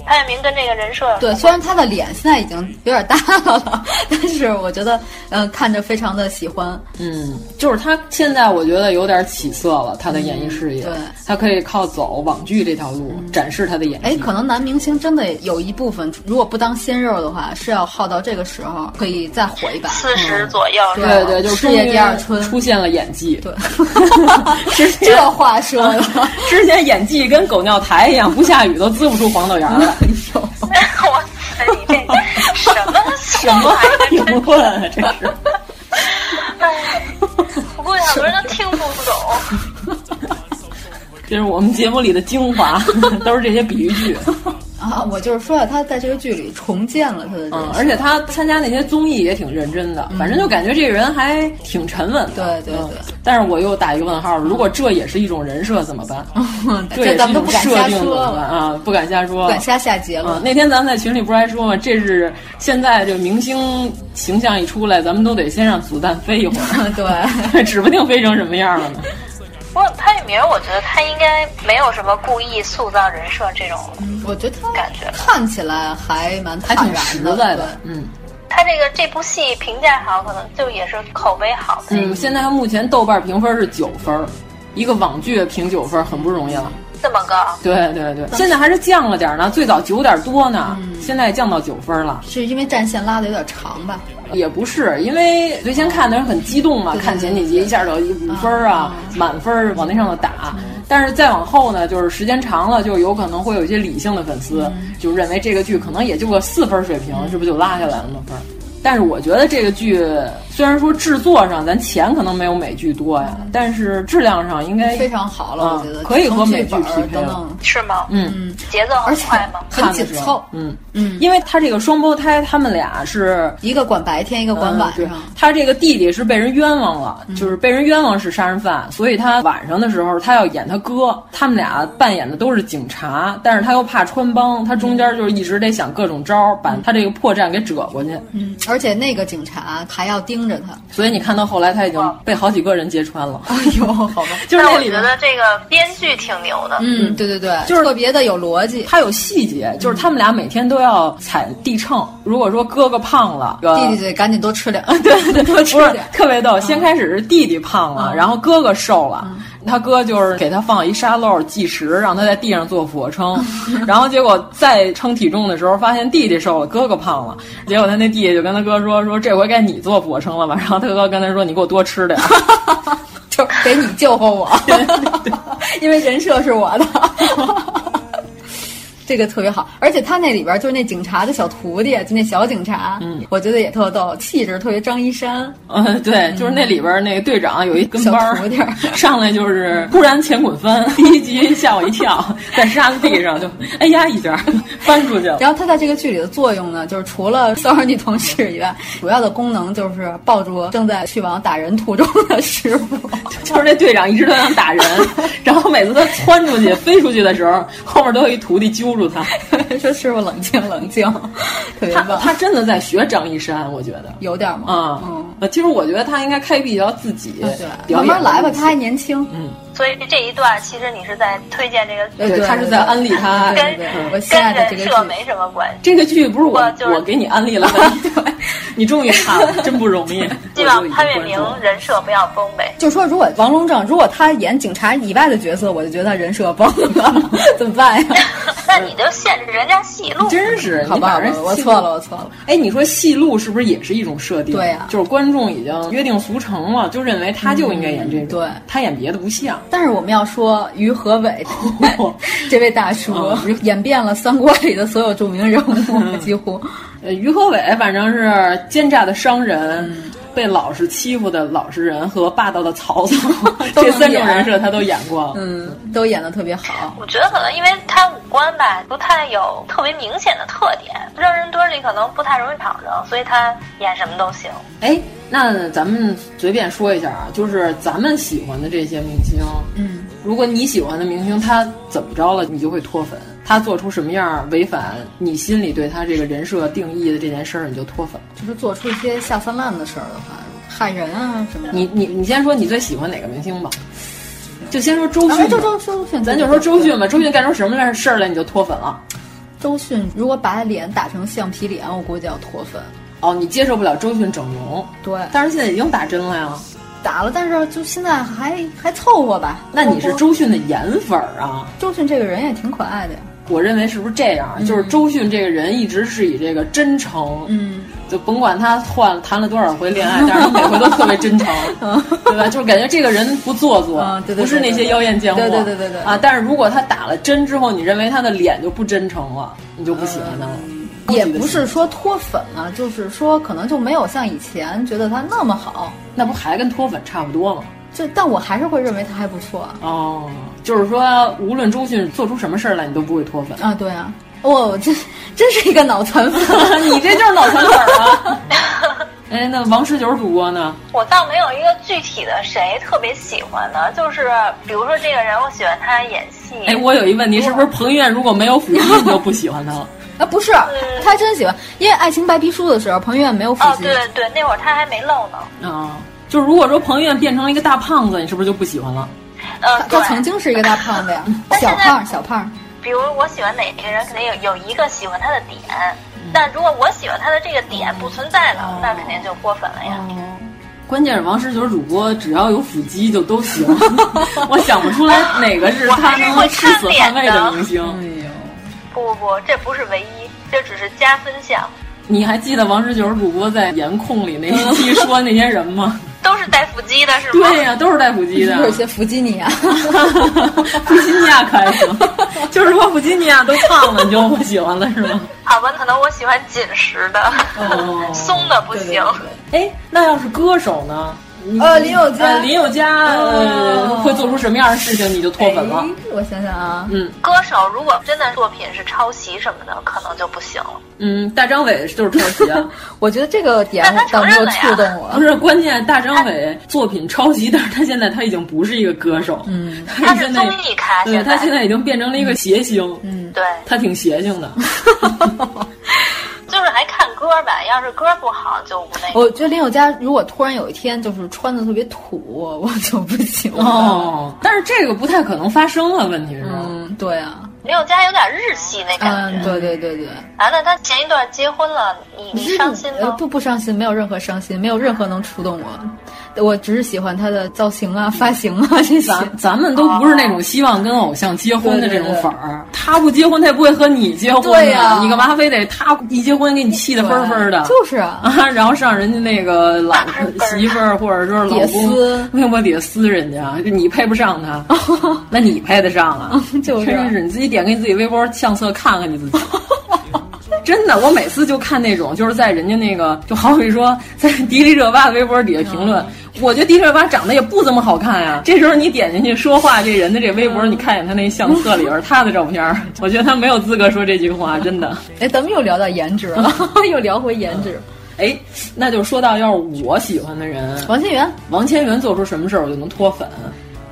潘粤明跟这个人设有什么对，虽然他的脸现在已经有点大了，但是我觉得，嗯、看着非常的喜欢。嗯，就是他现在我觉得有点起色了，他的演艺事业，嗯对他可以靠走网剧这条路、展示他的演技。哎，可能男明星真的有一部分，如果不当鲜肉的话，是要耗到这个时候，可以再火一把。四十左右是吧？对对，就事业第二春出现了演技。对， 之前这话说的， 之前演技跟狗尿苔一样，不下雨都滋不出黄豆芽来。 我操，你这什么什么评论啊？这是。我估计好多人都听不懂。这是我们节目里的精华，都是这些比喻句。啊，我就是说了，他在这个剧里重建了他的人嗯生，，而且他参加那些综艺也挺认真的，反正就感觉这个人还挺沉稳的。嗯对对对嗯但是我又打一个问号，如果这也是一种人设怎么办？ 这嗯这也咱是们一都种不敢设瞎定怎说么办了，啊？不敢瞎说，不敢瞎下结论嗯，。那天咱们在群里不是还说吗？这是现在这明星形象一出来，咱们都得先让子弹飞一 会儿， 对，指不定飞成什么样了呢。不过潘粤明，我觉得他应该没有什么故意塑造人设这种。我觉得他感觉看起来还蛮还坦挺然实的，在的，嗯。他这个这部戏评价好，可能就也是口碑好的。嗯，现在目前豆瓣评分是九分儿，一个网剧评九分儿很不容易了。这么啊高，对对对，现在还是降了点儿呢，最早九点多呢，嗯现在降到九分儿了。是因为战线拉的有点长吧？也不是，因为最先看的人很激动嘛，看前几集一下就五分儿啊，满分儿往那上头打。嗯但是再往后呢，就是时间长了，就有可能会有一些理性的粉丝嗯就认为这个剧可能也就个四分儿水平，是不是就拉下来了呢分儿？但是我觉得这个剧虽然说制作上咱钱可能没有美剧多呀，但是质量上应该非常好了，嗯我觉得可以和美剧从剧匹本配啊等了等。是吗？嗯，节奏很快吗？看很的时紧候凑，嗯嗯，因为他这个双胞胎，他们俩是呃一个管白天，一个管晚啊嗯对上。他这个弟弟是被人冤枉了，就是被人冤枉是杀人犯，所以他晚上的时候他要演他哥，他们俩扮演的都是警察，但是他又怕穿帮，他中间就是一直得想各种招儿，把他这个破绽给折过去。嗯，而且那个警察还要盯着他。所以你看到后来他已经被好几个人揭穿了，哎呦，好吧，就是但那我里觉面得这个编剧挺牛的。嗯，对对对，就是特别的有逻辑。他有细节，就是他们俩每天都要踩地秤。如果说哥哥胖了，弟弟得赶紧多吃点， 对对，多吃不是点。嗯特别逗。先开始是弟弟胖了，然后哥哥瘦了，他哥就是给他放一沙漏计时，让他在地上做俯卧撑，嗯 然后结果再称体重的时候，发现弟弟瘦了，哥哥胖了。结果他那弟弟就跟他哥说：“说这回该你做俯卧撑了吧？”然 后他哥跟他说：“你给我多吃 点儿。就是得你救活我， 因为人设是我的。 这个特别好，而且他那里边就是那警察的小徒弟，就那小警察，嗯，我觉得也特逗，气质特别张一山，”嗯，对，就是那里边那个队长有一跟班儿小徒弟儿 上来就是突然前滚翻， 第一集吓我一跳，在沙子地上就哎呀一下翻出去了。然后他在这个剧里的作用呢，就是除了骚扰女同事以外，主要的功能就是抱住正在去往打人途中的师傅。就是那队长一直都 想打人，然后每次他窜出去、飞出去的时候，后面都有一徒弟揪住他。 说师傅冷静冷静，特别他棒，他真的在学张一山，我觉得有点吗？啊，嗯、其实我觉得他应该开辟一条自己哦啊对，表慢慢演来吧，的路他还年轻。嗯，所以这一段其实你是在推荐这个剧，对对他是在安利他跟对对对我跟心爱的这人个设剧没什么关系。这个剧不是我我就 是我给你安利了半天，你终于看了，真不容易。 希望潘粤明人设不要崩呗。就说如果王龙正，如果他演警察以外的角色，我就觉得他人设崩了， 怎么办呀？那你就限制人家戏路，真是好 吧，我错了，我错了。哎，你说戏路是不是也是一种设定？对呀、啊，就是观众已经约定俗成了，就认为他就应该演这种，嗯、对他演别的不像。但是我们要说于和伟哦这位大叔、嗯、 演遍了三国里的所有著名人物， 嗯、几乎。呃，于和伟反正是奸诈的商人，嗯、被老实欺负的老实人和霸道的曹操， 这三种人设他都演过，嗯，都演的特别好。我觉得可能因为他五官吧不太有特别明显的特点，让人堆里可能不太容易躺着，所以他演什么都行。哎，那咱们随便说一下啊，就是咱们喜欢的这些明星，嗯，如果你喜欢的明星他怎么着了，你就会脱粉。他做出什么样违反你心里对他这个人设定义的这件事儿，你就脱粉。就是做出一些下三滥的事儿的话，害人啊什么的。你你你先说你最喜欢哪个明星吧，就先说周迅、啊。周周周迅，咱就说周迅吧。周迅干出什么事儿来，你就脱粉了。周迅如果把脸打成橡皮脸，我估计要脱粉。哦，你接受不了周迅整容？对。但是现在已经打针了呀。打了，但是就现在还还凑合吧。那你是周迅的颜粉儿啊？周迅这个人也挺可爱的呀。我认为是不是这样？嗯、就是周迅这个人一直是以这个真诚，嗯，就甭管他换谈了多少回恋爱，但是每回都特别真诚， 对吧？就是感觉这个人不做作，嗯、对对对不是那些妖艳贱货，对对对对对啊！但是如果他打了针之后，你认为他的脸就不真诚了，你就不喜欢他了。嗯也不是说脱粉了、啊，就是说可能就没有像以前觉得他那么好，那不还跟脱粉差不多吗？就但我还是会认为他还不错。哦，就是说无论周迅做出什么事儿来，你都不会脱粉啊？对 啊，哦，这真是一个脑残粉， 你这就是脑残粉 啊！哎，那王十九主播呢？我倒没有一个具体的谁特别喜欢的，就是比如说这个人，我喜欢他演戏。哎，我有一问题，是不是彭于晏如果没有腹肌，你就不喜欢他 了？ 啊，不是，他真喜欢，因为《爱情白皮书》的时候，彭于晏没有腹肌。哦，对对，那会儿他还没露呢。啊，就是如果说彭于晏变成了一个大胖子，你是不是就不喜欢了？呃，他曾经是一个大胖子呀，小胖小胖。比如我喜欢哪个人，肯定有有一个喜欢他的点。那如果我喜欢他的这个点不存在了，那肯定就过分了呀。关键是王十九主播只要有腹肌就都行， 我想不出来哪个是他能誓死捍卫的嗯明星。不不不，这不是唯一，这只是加分项。你还记得王十九主播在颜控里那一期说那些人吗？都是带腹肌的，是吗？对呀、啊，嗯 都是带腹肌的。 有些弗吉尼亚，弗吉尼亚可还行，就是说弗吉尼亚都胖了，你就不喜欢了是吗？好吧，可能我喜欢紧实的，哦、松的不行。哎，那要是歌手呢？呃，林宥嘉，林宥嘉呃会做出什么样的事情你就脱粉了？我想想啊，嗯，歌手如果真的作品是抄袭什么的，可能就不行了。嗯，大张伟就是抄袭啊，我觉得这个点倒没有触动我。不是，关键大张伟作品抄袭，但是他现在他已经不是一个歌手，嗯，他是综艺咖，对，他现在已经变成了一个谐星，嗯，对，他挺邪性的。就是还看歌吧，要是歌不好就无奈。我觉得林宥嘉如果突然有一天就是穿的特别土，我就不行了。哦，但是这个不太可能发生了，问题是？嗯，对啊。林宥嘉有点日系那感觉。嗯，对对对对。啊，那他前一段结婚了，你你伤心吗？呃不不伤心，没有任何伤心，没有任何能触动我。我只是喜欢他的造型啊、发型啊这些。咱 咱们哦都不是那种希望跟偶像结婚的这种粉儿。他不结婚，他也不会和你结婚。对呀。你干嘛非得他一结婚给你气得分分的？就是啊。 然后上人家那个老媳妇儿或者说老公，为我底下撕人家，你配不上他，那你配得上啊？就是。真是你自己点。给你自己微博相册看看你自己， 真的，我每次就看那种，就是在人家那个，就好比说在迪丽热巴的微博底下评论，我觉得迪丽热巴长得也不怎么好看呀、啊。这时候你点进去说话，这人的这微博，你看见他那相册里边他的照片，我觉得他没有资格说这句话，真的。哎，咱们又聊到颜值了，又聊回颜值。哎，那就说到要是我喜欢的人，王千源，王千源做出什么事儿我就能脱粉。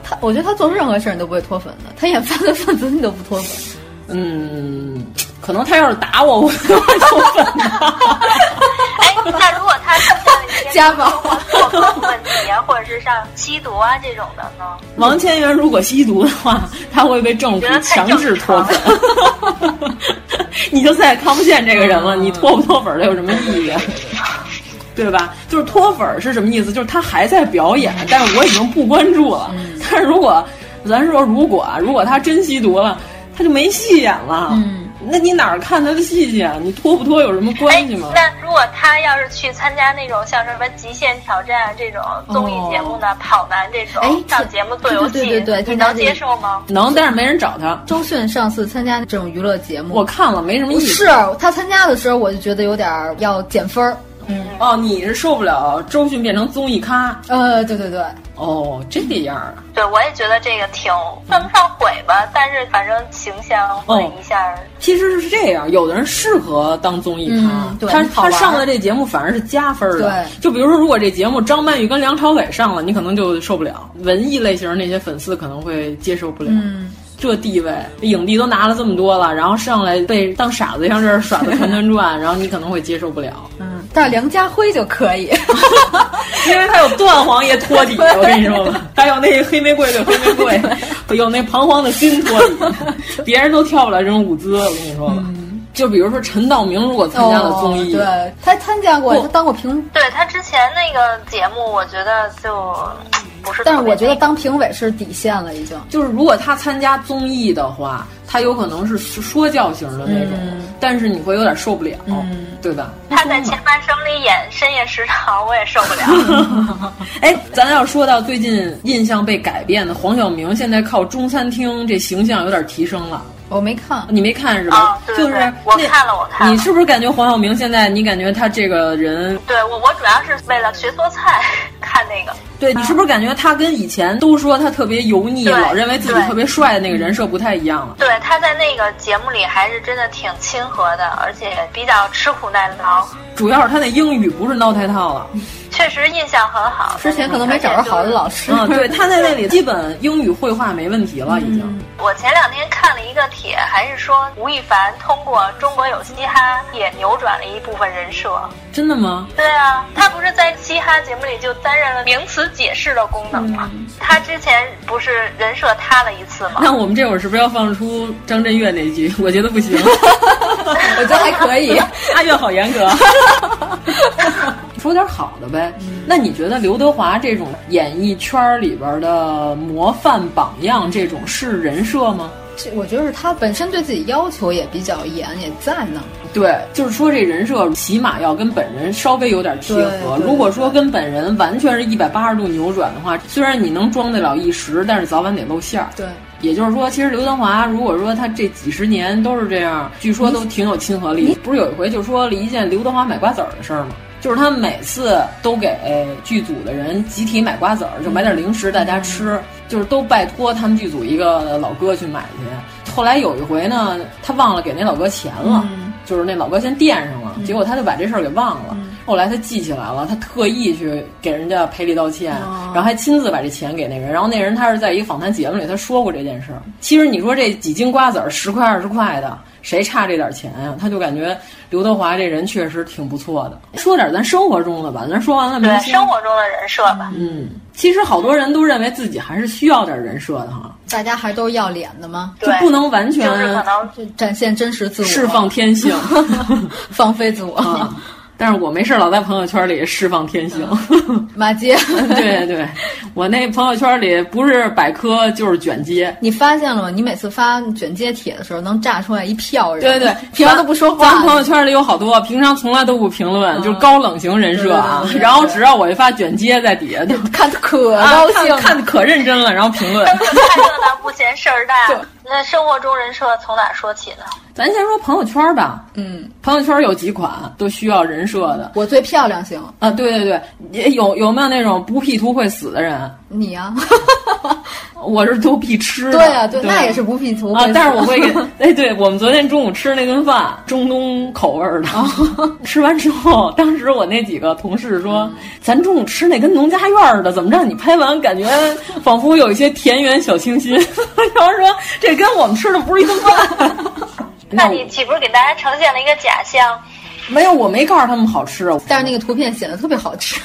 他我觉得他做任何事儿你都不会脱粉的，他演犯罪分子你都不脱粉。嗯，可能他要是打我，我就会脱粉。哎，那如果他出现家暴、问题啊，或者是像吸毒啊这种的呢？王千源如果吸毒的话，他会被政府强制脱粉。 你就再也看不见这个人了，你脱不脱粉儿有什么意义？啊 对吧？就是脱粉儿是什么意思？就是他还在表演，但是我已经不关注了。但是如果咱说如果啊，如果他真吸毒了，他就没戏演了。嗯，那你哪儿看他的戏去啊？你脱不脱有什么关系吗？哎那如果他要是去参加那种像什么极限挑战啊这种综艺节目呢，跑男这种上节目做游戏，哦哎对对对对你能接受吗？能，但是没人找他。周迅上次参加这种娱乐节目，我看了没什么意思。是他参加的时候，我就觉得有点儿要减分儿。嗯，哦，你是受不了周迅变成综艺咖？呃，对对对，哦，这样啊。对，我也觉得这个挺算不上毁吧，但是反正形象毁一下。其实是这样，有的人适合当综艺咖，嗯对他好他玩上了这节目反而是加分儿的。对就比如说，如果这节目张曼玉跟梁朝伟上了，你可能就受不了。文艺类型那些粉丝可能会接受不了。嗯，这地位，影帝都拿了这么多了，然后上来被当傻子一样这儿耍的团团转，然后你可能会接受不了。嗯，但是梁家辉就可 以。因为他有断黄叶托 底，我跟你说吧，他有那黑玫瑰的黑玫瑰， 有那彷徨的心托 底，别人都跳不了这种舞姿，我跟你说吧。就比如说陈道明，如果参加了综艺，哦对，他参加过，他当过评，对他之前那个节目，我觉得就不是特别那个。但是我觉得当评委是底线了，已经。就是如果他参加综艺的话，他有可能是说教型的那种，但是你会有点受不了，对 吧？他在《前半生》里演深夜食堂，我也受 不了。哎，咱要说到最近印象被改变的黄晓明，现在靠中餐厅这形象有点提升了。我没看，你没看是吧？哦对就是对我看了我看了你是不是感觉黄晓明现在，你感觉他这个人，对我，我主要是为了学做菜 看那个。对你是不是感觉他跟以前都说他特别油腻，啊对老认为自己特别帅的那个人设不太一样了？对，他在那个节目里还是真的挺亲和的，而且比较吃苦耐劳，主要是他那英语不是闹太套 了，确实印象很好。之前可能没找着好的老师。嗯，对，他在那里基本英语绘画没问题了，已经。我前两天看了一个帖，还是说吴亦凡通过《中国有嘻哈》也扭转了一部分人设。真的吗？对啊，他不是在嘻哈节目里就担任了名词解释的功能吗？嗯他之前不是人设塌了一次吗？那我们这会儿是不是要放出张震岳那句？我觉得不行， 我觉得还可以。 阿岳好严格。说点好的呗。那你觉得刘德华这种演艺圈里边的模范榜样，这种是人设吗？这我觉得是他本身对自己要求也比较严，也在那儿。对，就是说这人设起码要跟本人稍微有点贴合对。对如果说跟本人完全是一百八十度扭转的话，虽然你能装得了一时，但是早晚得露馅儿。对。也就是说，其实刘德华如果说他这几十年都是这样，据说都挺有亲和力。不是有一回就说了一件刘德华买瓜子儿的事儿吗？就是他每次都给剧组的人集体买瓜子儿，就买点零食大家吃，就是都拜托他们剧组一个老哥去买去。后来有一回呢，他忘了给那老哥钱了，就是那老哥先垫上了，结果他就把这事儿给忘了。后来他记起来了，他特意去给人家赔礼道歉，哦然后还亲自把这钱给那人。然后那人他是在一个访谈节目里他说过这件事儿。其实你说这几斤瓜子儿十块二十块的，谁差这点钱呀、他就感觉刘德华这人确实挺不错的。说点咱生活中的吧，咱说完了对明，星生活中的人设吧。嗯，其实好多人都认为自己还是需要点人设的哈，大家还都是要脸的吗？就不能完全就是可能展现真实自我，释放天 性， 放飞自我。啊。但是我没事儿老在朋友圈里释放天 性。 马街， 对对，我那朋友圈里不是百科就是卷街。你发现了吗？你每次发卷街帖的时候，能炸出来一票人，对对，平常都不说话。嗯咱朋友圈里有好多平常从来都不评论，就是高冷型人设啊。对对对对对然后只要我一发卷街在底下，就看得可啊高兴看了，看得可认真了，然后 评论。看热闹不嫌事儿大。那生活中人设从哪说起呢？咱先说朋友圈吧，嗯，朋友圈有几款都需要人设的我最漂亮行，啊。对对对，也有有没有那种不 P 图会死的人？啊你呀、我是都 P 吃的。对啊，对，那也是不 P 图啊，但是我会给， 哎，对我们昨天中午吃那顿饭，中东口味儿的， 吃完之后，当时我那几个同事说，咱中午吃那跟农家院儿的，怎么让你拍完 感觉仿佛有一些田园小清新？ 然后说这 跟我们吃的不是一顿饭。 那你岂不是给大家呈现了一个假象？没有，我没告诉他们好吃， 啊但是那个图片显得特别好 吃。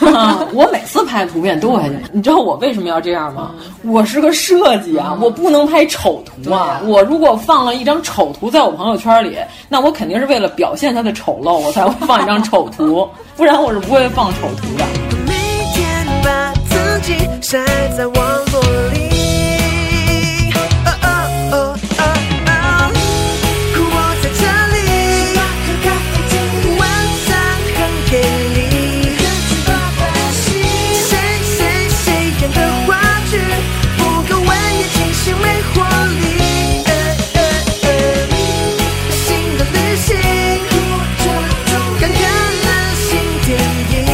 我每次拍图片都还行。你知道我为什么要这样吗？我是个设计啊，我不能拍丑图啊。我如果放了一张丑图在我朋友圈里，那我肯定是为了表现它的丑陋，我才会放一张丑图，不然我是不会放丑图的。每天把自己晒在网络里。哦哦哦哦哦，我在这里，晚上很给力。谁谁谁演的话剧不够文艺，清新没活力。呃呃呃新的旅行，看看了新电影，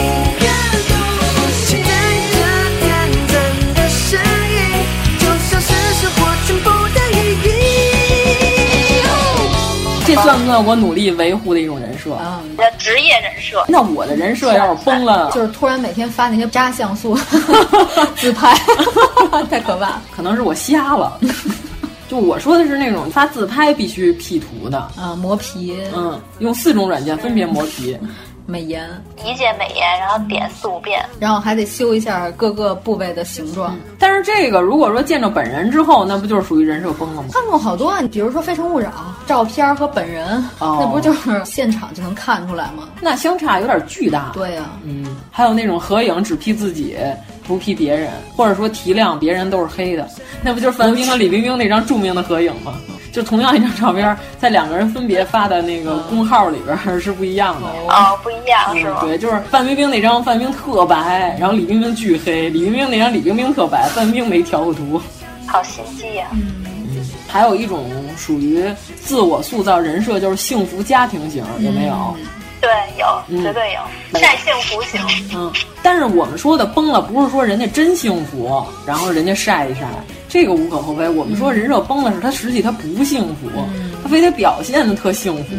期待着短暂的身影，就像是生活全部的意义。这算不算我努力维护的一种人设？啊，我的职业人设。那我的人设要是啊崩了，就是突然每天发那些渣像 素自拍， 太可怕。可能是我瞎了。 就我说的是那种发自拍必须 P 图的，啊，磨皮、嗯，用四种软件分别磨皮，美颜，一键美嗯颜，然后点四五遍。然后还得修一下各个部位的形状。但是这个如果说见着本人之后，那不就是属于人设崩了吗？看过好多啊，比如说《非诚勿扰》，照片儿和本人，哦那不就是现场就能看出来吗？那相差有点巨大。对呀、嗯，还有那种合影只 P 自己，不 P 别人，或者说提亮别人都是黑的，那不就是范冰冰和李冰冰那张著名的合影吗？就同样一张照片，在两个人分别发的那个公号里边儿是不一样的。哦，不一样是嗯，吗？对，就是范冰冰那张范冰冰特白，然后李冰冰巨黑，李冰冰那张李冰冰特白，范冰冰没调过图。好心机啊呀、嗯还有一种属于自我塑造人设，就是幸福家庭型，有没有？嗯对，有，嗯绝对有，晒幸福型。嗯，但是我们说的崩了，不是说人家真幸福，然后人家晒一晒，这个无可厚非。我们嗯说人设崩了，是他实际他不幸福，他非得表现的特幸福。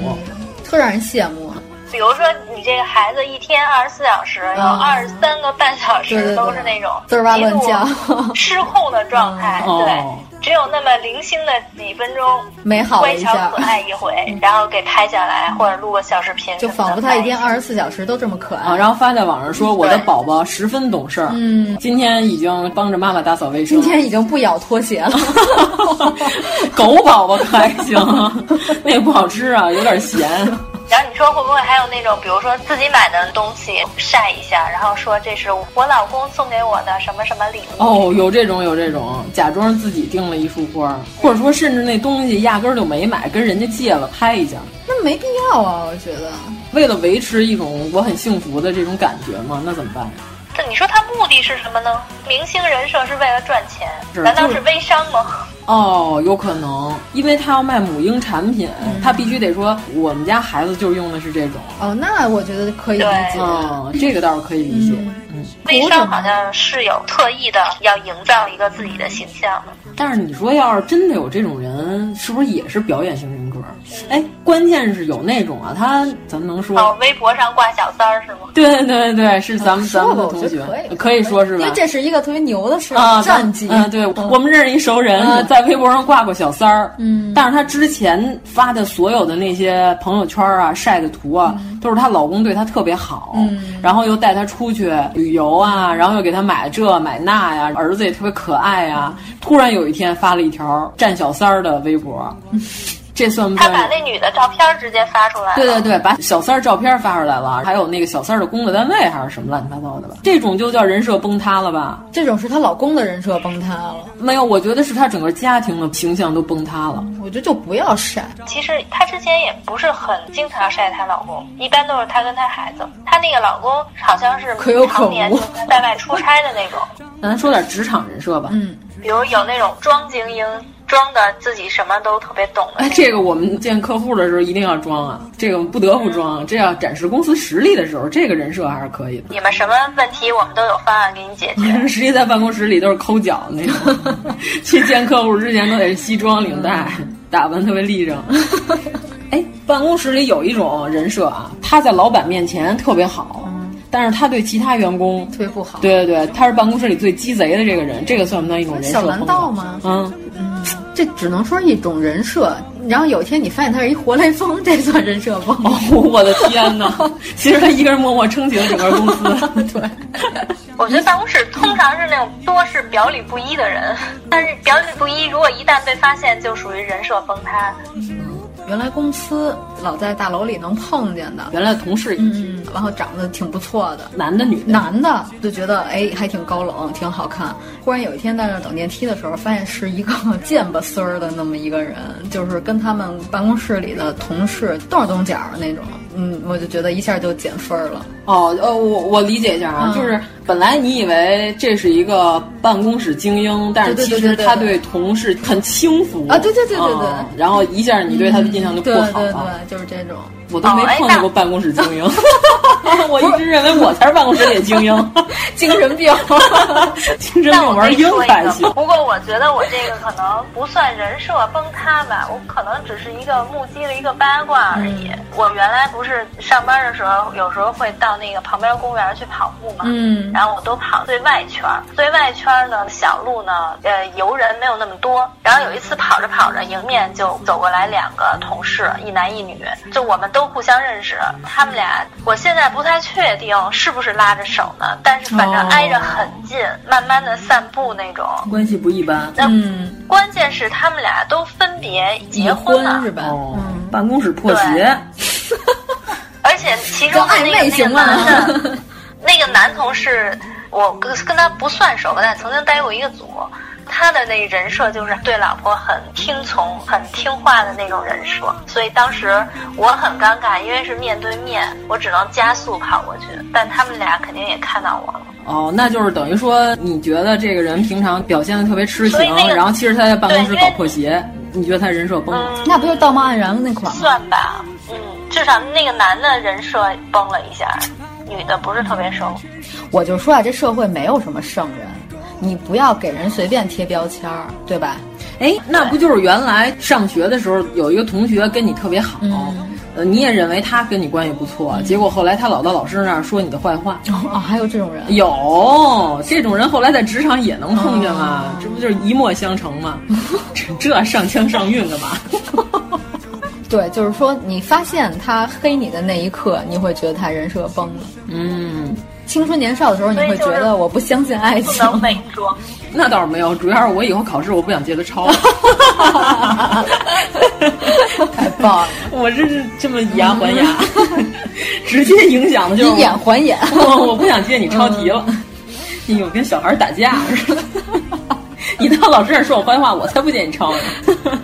特让人羡慕。啊比如说，你这个孩子一天二十四小时，有二十三个半小嗯对对时对都是那种滋儿哇乱叫嗯极度失控的状态，哦对，只有那么零星的几分钟美好了乖一巧下可爱一回，然后给拍下来或者录个小视频什就么的，仿佛他一天二十四小时都这么可爱。啊，然后发在网上说我的宝宝十分懂事儿，嗯今天已经帮着妈妈打扫卫生，今天已经不咬拖鞋了， 狗宝宝可还行， 那个不好吃啊，有点咸。然后你说会不会还有那种，比如说自己买的东西晒一下，然后说这是我老公送给我的什么什么礼物？哦，有这种有这种，假装自己订了一束花，或者说甚至那东西压根儿就没买，跟人家借了拍一下，那没必要啊，我觉得。为了维持一种我很幸福的这种感觉嘛，那怎么办？这你说他目的是什么呢？明星人设是为了赚钱，是难道就是是微商吗？哦，有可能，因为他要卖母婴产品，他必须得说我们家孩子就用的是这种，哦，那我觉得可以理解。嗯，这个倒是可以理解。微商好像是有特意的要营造一个自己的形象的。但是你说，要是真的有这种人，是不是也是表演型人格？哎，关键是有那种啊，他咱们能说，哦，微博上挂小三儿是吗？ 对对对，是咱们、咱说们吧，的我同觉学得可以，，可以说是因吧为？这是一个特别牛的事 啊，战绩。嗯，对，我们认识一熟人，嗯在微博上挂过小三儿，嗯但是她之前发的所有的那些朋友圈啊、晒的图啊，都是她老公对她特别好，嗯然后又带她出去旅游啊，然后又给她买这买那呀，儿子也特别可爱呀。嗯突然有一天发了一条占小三儿的微博，嗯 这算不他算？把那女的照片儿直接发出来了。对对对，把小三儿照片发出来了，还有那个小三儿的工作单位还是什么乱七八糟的吧，这种就叫人设崩塌了吧？这种是她老公的人设崩塌了，没有，我觉得是她整个家庭的形象都崩塌了。我觉得就不要晒。其实她之前也不是很经常晒她老公，一般都是她跟她孩子。她那个老公好像是可有可无常年就是在外出差的那种，咱说点职场人设吧。嗯，比如有那种装精英，装的自己什么都特别懂的哎，。这个我们见客户的时候一定要装啊，这个不得不装，啊这要展示公司实力的时候，这个人设还是可以的。 你们什么问题我们都有方案给你解决。实际在办公室里都是抠脚那 种，去见客户之前都得是西装领带，嗯打扮特别立 正。哎，办公室里有一种人设啊，他在老板面前特别好，但是他对其他员工嗯特别不好。对对对，他是办公室里最鸡贼的这个人，这个算不算一种人设小风格？蓝道吗嗯，这只能说是一种人设，然后有一天你发现他是一活雷锋，这算人设吗？哦， 我的天哪！其实他一个人默默撑起了整个公司。对，我觉得办公室通常是那种多是表里不一的人， 但是表里不一如果一旦被发现，就属于人设崩塌。原来公司老在大楼里能碰见的，原来同事，嗯嗯，然后长得挺不错的，男的女的，男的就觉得哎还挺高冷，挺好看。忽然有一天在那儿等电梯的时候，发现是一个 贱吧丝儿的那么一个人，就是跟他们办公室里的同事动手动脚儿那种，嗯，我就觉得一下就减分儿了。哦，呃，我我理解一下啊，嗯就是本来你以为这是一个办公室精英，但是对对其对实对对他对对同事很轻浮啊对对对对对嗯然后一下你对他的印象就不好嗯啊对对了。对，就是这种。我都没碰见过办公室精英，我一直认为我才是办公室里的精英，精神病， 精神但病我玩可以英说一才个行。不过我觉得我这个可能不算人设崩塌吧，我可能只是一个目击了一个八卦而已。嗯我原来不是上班的时候，有时候会到那个旁边公园去跑步嘛，嗯然后我都跑最外圈儿，最外圈儿呢小路呢，呃，游人没有那么多。然后有一次跑着跑着，迎面就走过来两个同事，一男一女，就我们都互相认识。他们俩，我现在不太确定是不是拉着手呢，但是反正哦挨着很近，慢慢的散步那种。关系不一般，那嗯关键是他们俩都分别已结婚婚了，是吧？哦，办公室破鞋对，而且其中的那叫暧昧个那个行吗男的，那个男同事，我跟跟他不算熟吧，但曾经待过一个组。他的那人设就是对老婆很听从、很听话的那种人设，所以当时我很尴尬，因为是面对面，我只能加速跑过去，但他们俩肯定也看到我了。哦，那就是等于说，你觉得这个人平常表现的特别痴情所以，那个然后其实他在办公室对因嗯搞为破鞋，你觉得他人设崩了？那不就是道貌岸然的那款吗？算吧，嗯，至少那个男的人设崩了一下，女的不是特别熟。我就说啊，这社会没有什么圣人，你不要给人随便贴标签儿，对吧？ 哎，那不就是原来上学的时候有一个同学跟你特别好，嗯呃，你也认为他跟你关系不错，结果后来他老到老师那儿说你的坏话。哦，还有这种人，有这种人，后来在职场也能碰见嘛？哦这不就是一脉相承 吗？这这上腔上韵干嘛？对，就是说你发现他黑你的那一刻，你会觉得他人设崩了。嗯，青春年少的时候，你会觉所以就是得我不相信爱不情， 能伪装。 那倒是没有，主要是我以后考试我不想接着抄。 太棒了！我这是这么以牙还牙， 直接影响的就是以眼还眼。 我，我不想接你抄题了。哎呦，跟小孩打架似的。你到老师那儿说我坏话，我才不见你抄呢。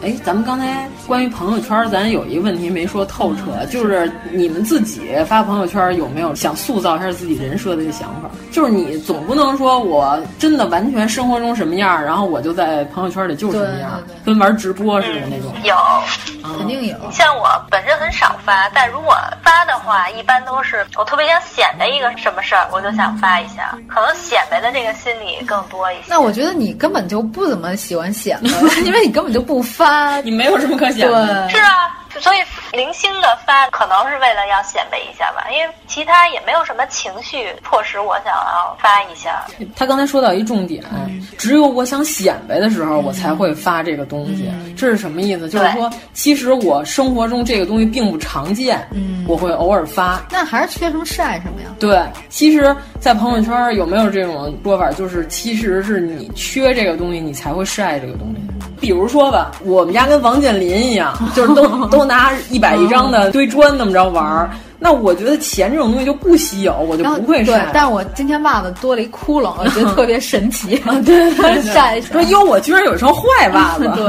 哎，咱们刚才关于朋友圈，咱有一个问题没说透彻，就是你们自己发朋友圈有没有想塑造一下自己人设的一个想法？就是你总不能说我真的完全生活中什么样，然后我就在朋友圈里就是什么样，对对对跟玩直播似的那种。有，肯定有。像我本身很少发，但如果发的话，一般都是我特别想显摆一个什么事儿，我就想发一下，可能显摆的这个心理更多一些。那我觉得你根本就不怎么喜欢显摆， 因为你根本就不发。你没有什么可想对，的。是啊，所以零星的发可能是为了要显摆一下吧，因为其他也没有什么情绪迫使我想要发一下。他刚才说到一重点，嗯只有我想显摆的时候，我才会发这个东西。嗯这是什么意思？就是说，其实我生活中这个东西并不常见，嗯我会偶尔发。那还是缺什么晒什么呀？对，其实，在朋友圈有没有这种说法？就是其实是你缺这个东西，你才会晒这个东西。嗯比如说吧，我们家跟王健林 一样，就是都都拿一百一张的堆砖那么着玩儿。那我觉得钱这种东西就不稀有，我就嗯然后不会对晒。，但我今天袜子多了一窟 窿，我觉得特别神奇。啊，对对对 晒一晒，说哟，我居然有一双坏袜子 对。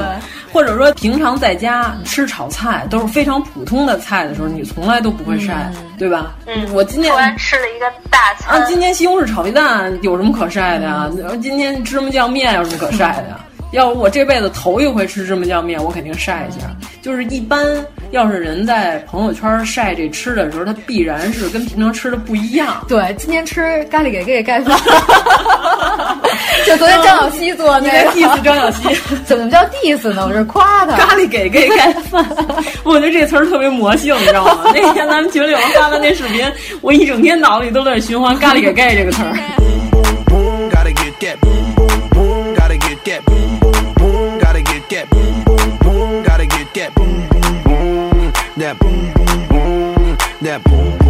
或者说，平常在家吃炒菜都是非常普通的菜的时候，你从来都不会晒，对吧？嗯，我今天突然嗯吃了一个大餐，啊，今天西红柿炒鸡蛋有什么可晒的呀？然后嗯今天芝麻酱面有什么可晒的呀？要不我这辈子头一回吃芝麻酱面，我肯定晒一下。就是一般，要是人在朋友圈晒这吃的时候，它必然是跟平常吃的不一样。对，今天吃咖喱给给 盖饭，就昨天张小希做 你那在个 diss 张小希。怎么叫 diss 呢？我是夸他。 咖喱给给盖饭，我觉得这词儿特别魔性，你知道 吗？那天咱们群里有人发的那视频，我一整天脑子里都在循环“咖喱给盖”这个 词儿。 boom, gotta get that boom, boom, boom, gotta get that boom, boom, boom, gotta get that boom, boom, boom, gotta that boom boom boom that boom boom boom that boom boom boom。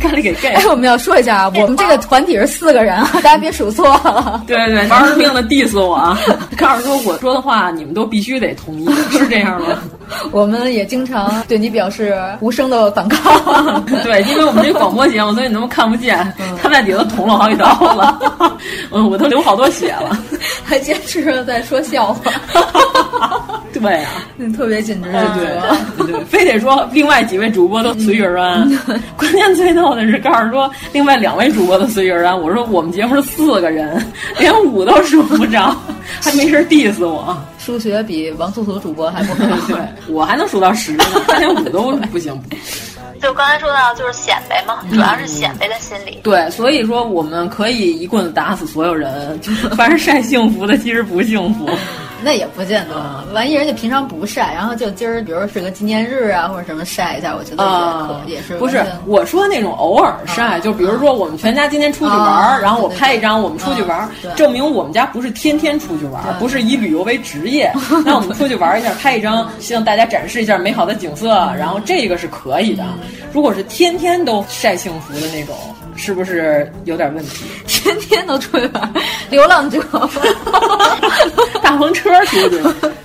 看你给 gay。 哎，我们要说一下啊，我们这个团体是四个人 啊，大家别数错了。对 对，玩命的 diss 我啊！告诉说我说的话，你们都必须得同 意，是这样吗？ 我们也经常对你表示无声的反 抗。对，因为我们这广播节目，所以你们看不见，他在底下捅了好几刀了， 嗯，我都流好多血了，还坚持着在说笑话。哎对啊， 你特别紧张，对对对，非得说另外几位主播都随遇而安。 关键最逗的是，告诉说另外两位主播都随遇而安。我说我们节目是四个人，连五都数不着，还没事 diss 我。数学比王素素主播还不好， 对我还能数到十呢，他连五都 不行。就刚才说到，就是显摆嘛，主要是显摆的心理。对，所以说我们可以一棍子打死所有人，就是凡是晒幸福的，其实不幸福。那也不见得，万一人家平常不晒，然后就今儿，比如是个纪念日啊，或者什么晒一下，我觉得也可、也啊是。啊啊不是，我说那种偶尔晒，就比如说我们全家今天出去玩，然后我拍一张我们出去啊玩，证明我们家不是天天出去玩，不是以旅游为职 业。那我们出去玩一下，拍一张，向大家展示一下美好的景色，嗯然后这个是可以的。如果是天天都晒幸福的那种，是不是有点问 题？天天都出去玩，流 浪者，大篷车。对对，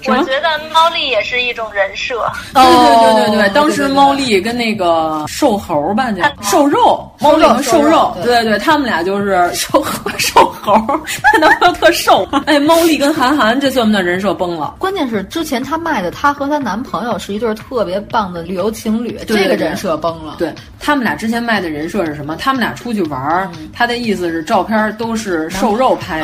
我觉得猫力也是一种人设。对哦对对对对，当时猫力跟那个瘦猴吧，叫瘦肉，猫力和瘦肉，对对，他们俩就是瘦 瘦猴，她男朋友特 瘦。哎，猫力跟韩寒这算不算人设崩了？关键是之前她卖的她和她男朋友是一对特别棒的旅游情侣，这个人设崩了。对他们俩之前卖的人设是什么？他们俩出去玩，他的意思是照片都是瘦肉拍嗯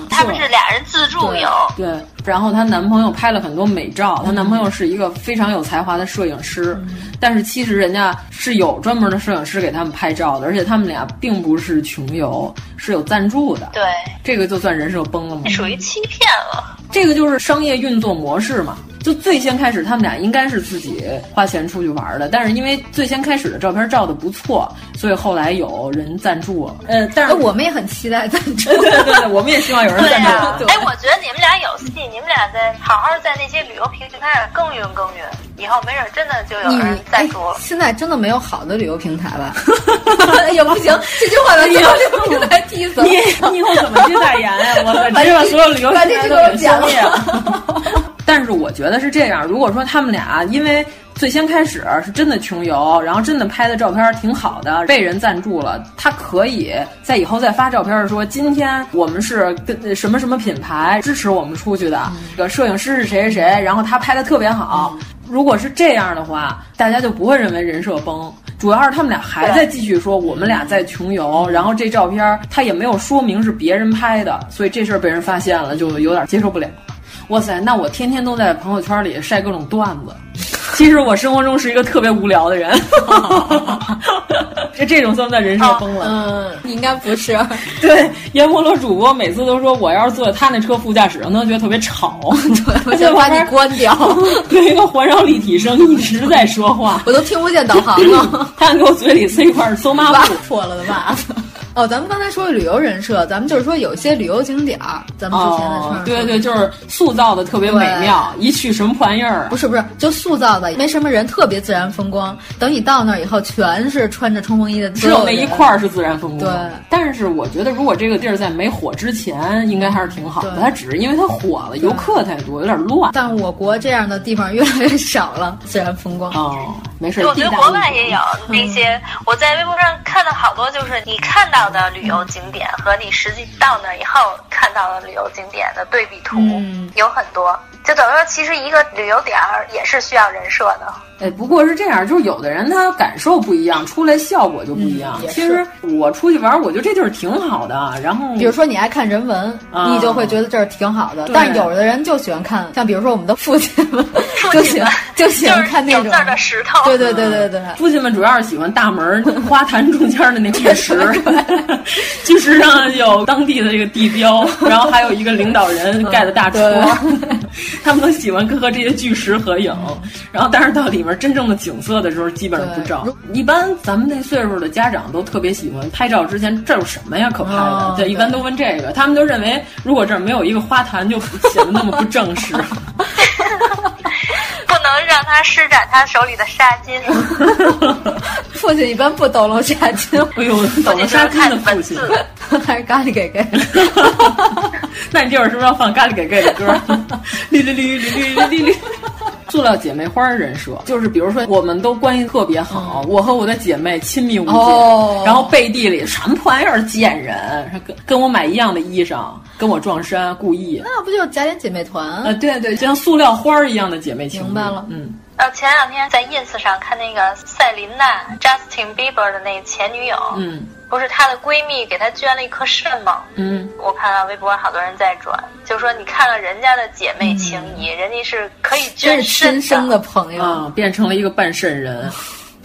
的，他们是俩人自助游，对。然后她男朋友拍了很多美照，她男朋友是一个非常有才华的摄影师，嗯但是其实人家是有专门的摄影师给他们拍照的，而且他们俩并不是穷游，是有赞助的。对，这个就算人设崩了吗？属于欺骗了。这个就是商业运作模式嘛。就最先开始，他们俩应该是自己花钱出去玩的，但是因为最先开始的照片照的不错，所以后来有人赞助。呃，但哎是我们也很期待赞助， 对对对，啊我们也希望有人赞助。哎，我觉得你们俩有戏，你们俩在好好在那些旅游平台上耕耘耕耘，以后没准真的就嗯有人赞助了。哎现在真的没有好的旅游平台 吧？也不行，这句话把旅游平台踢死。你你以后怎么去代言呀？我把这哎把所有旅游平台都给消灭了。但是我觉得是这样，如果说他们俩因为最先开始是真的穷游，然后真的拍的照片挺好的，被人赞助了，他可以在以后再发照片说，今天我们是跟什么什么品牌支持我们出去的，这个摄影师是谁谁谁，然后他拍的特别好。如果是这样的话，大家就不会认为人设崩。主要是他们俩还在继续说我们俩在穷游，然后这照片他也没有说明是别人拍的，所以这事儿被人发现了，就有点接受不了。哇塞，那我天天都在朋友圈里晒各种段子。其实我生活中是一个特别无聊的人， 这这种算不算人设崩了？嗯， 你应该不是。对，阎摩罗主播每次都说，我要是坐在他那车副驾驶上，他觉得特别吵，我就把你关掉。对，一个环绕立体声一直在说话，我都听不见导航 了。他给我嘴里塞一块馊抹布，破了的袜子。哦，咱们刚才说的旅游人设，咱们就是说有些旅游景点儿，咱们之前在车上、哦、对对，就是塑造的特别美妙，一去什么玩意儿？啊不是不是，就塑造的没什么人，特别自然风光。等你到那儿以后，全是穿着冲锋衣的，只有那一块儿是自然风光。对，但是我觉得，如果这个地儿在没火之前，应该还是挺好的。它只是因为它火了，游客太多，有点乱。但我国这样的地方越来越少了，自然风光。哦，没事。我觉得国外也有那些，嗯、我在微博上看到好多，就是你看到。的旅游景点和你实际到那以后看到的旅游景点的对比图、嗯、有很多，就等于说，其实一个旅游点儿也是需要人设的。哎，不过是这样，就是有的人他感受不一样，出来效果就不一样。嗯、其实我出去玩，我觉得这地儿挺好的。啊然后，比如说你爱看人文，啊、你就会觉得这儿挺好的。但有的人就喜欢看，像比如说我们的父亲们，父亲就喜欢就喜欢看那种字的石头。对对对对对， 父亲们主要是喜欢大门 花坛中间的那块石，巨石上有当地的这个地标，然后还有一个领导人盖的大戳，嗯、 他们都喜欢和这些巨石合影。然后，但是到里。面真正的景色的时候，基本上不照。一般咱们那岁数的家长都特别喜欢拍照之前，这有什么呀可拍的？哦、对，一般都问这个，他们 就认为如果这儿没有一个花坛，就显得那么不正式。能让他施展他手里的纱巾。父亲一般不抖搂纱巾，哎呦，抖搂纱巾的父亲，还是咖喱 给给。 那你这会儿是不是要放咖喱给给的歌？ 哩哩哩哩哩哩哩。塑料姐妹花人设就是，比如说我们都关系特别好，我和我的姐妹亲密无间，嗯哦然后背地里什么破玩意儿贱人，跟跟我买一样的衣裳，跟我撞衫，故意。那不就是假点姐妹团？啊，对对，就像塑料花儿一样的姐妹情。明白了，嗯，呃，前两天在 ins 上看那个赛琳娜 Justin Bieber 的那前女友，嗯不是她的闺蜜给她捐了一颗肾吗？嗯，我看到微博好多人在转，就说你看看人家的姐妹情谊，人家是可以真嗯捐是亲肾生的朋友，啊，变成了一个半肾人，嗯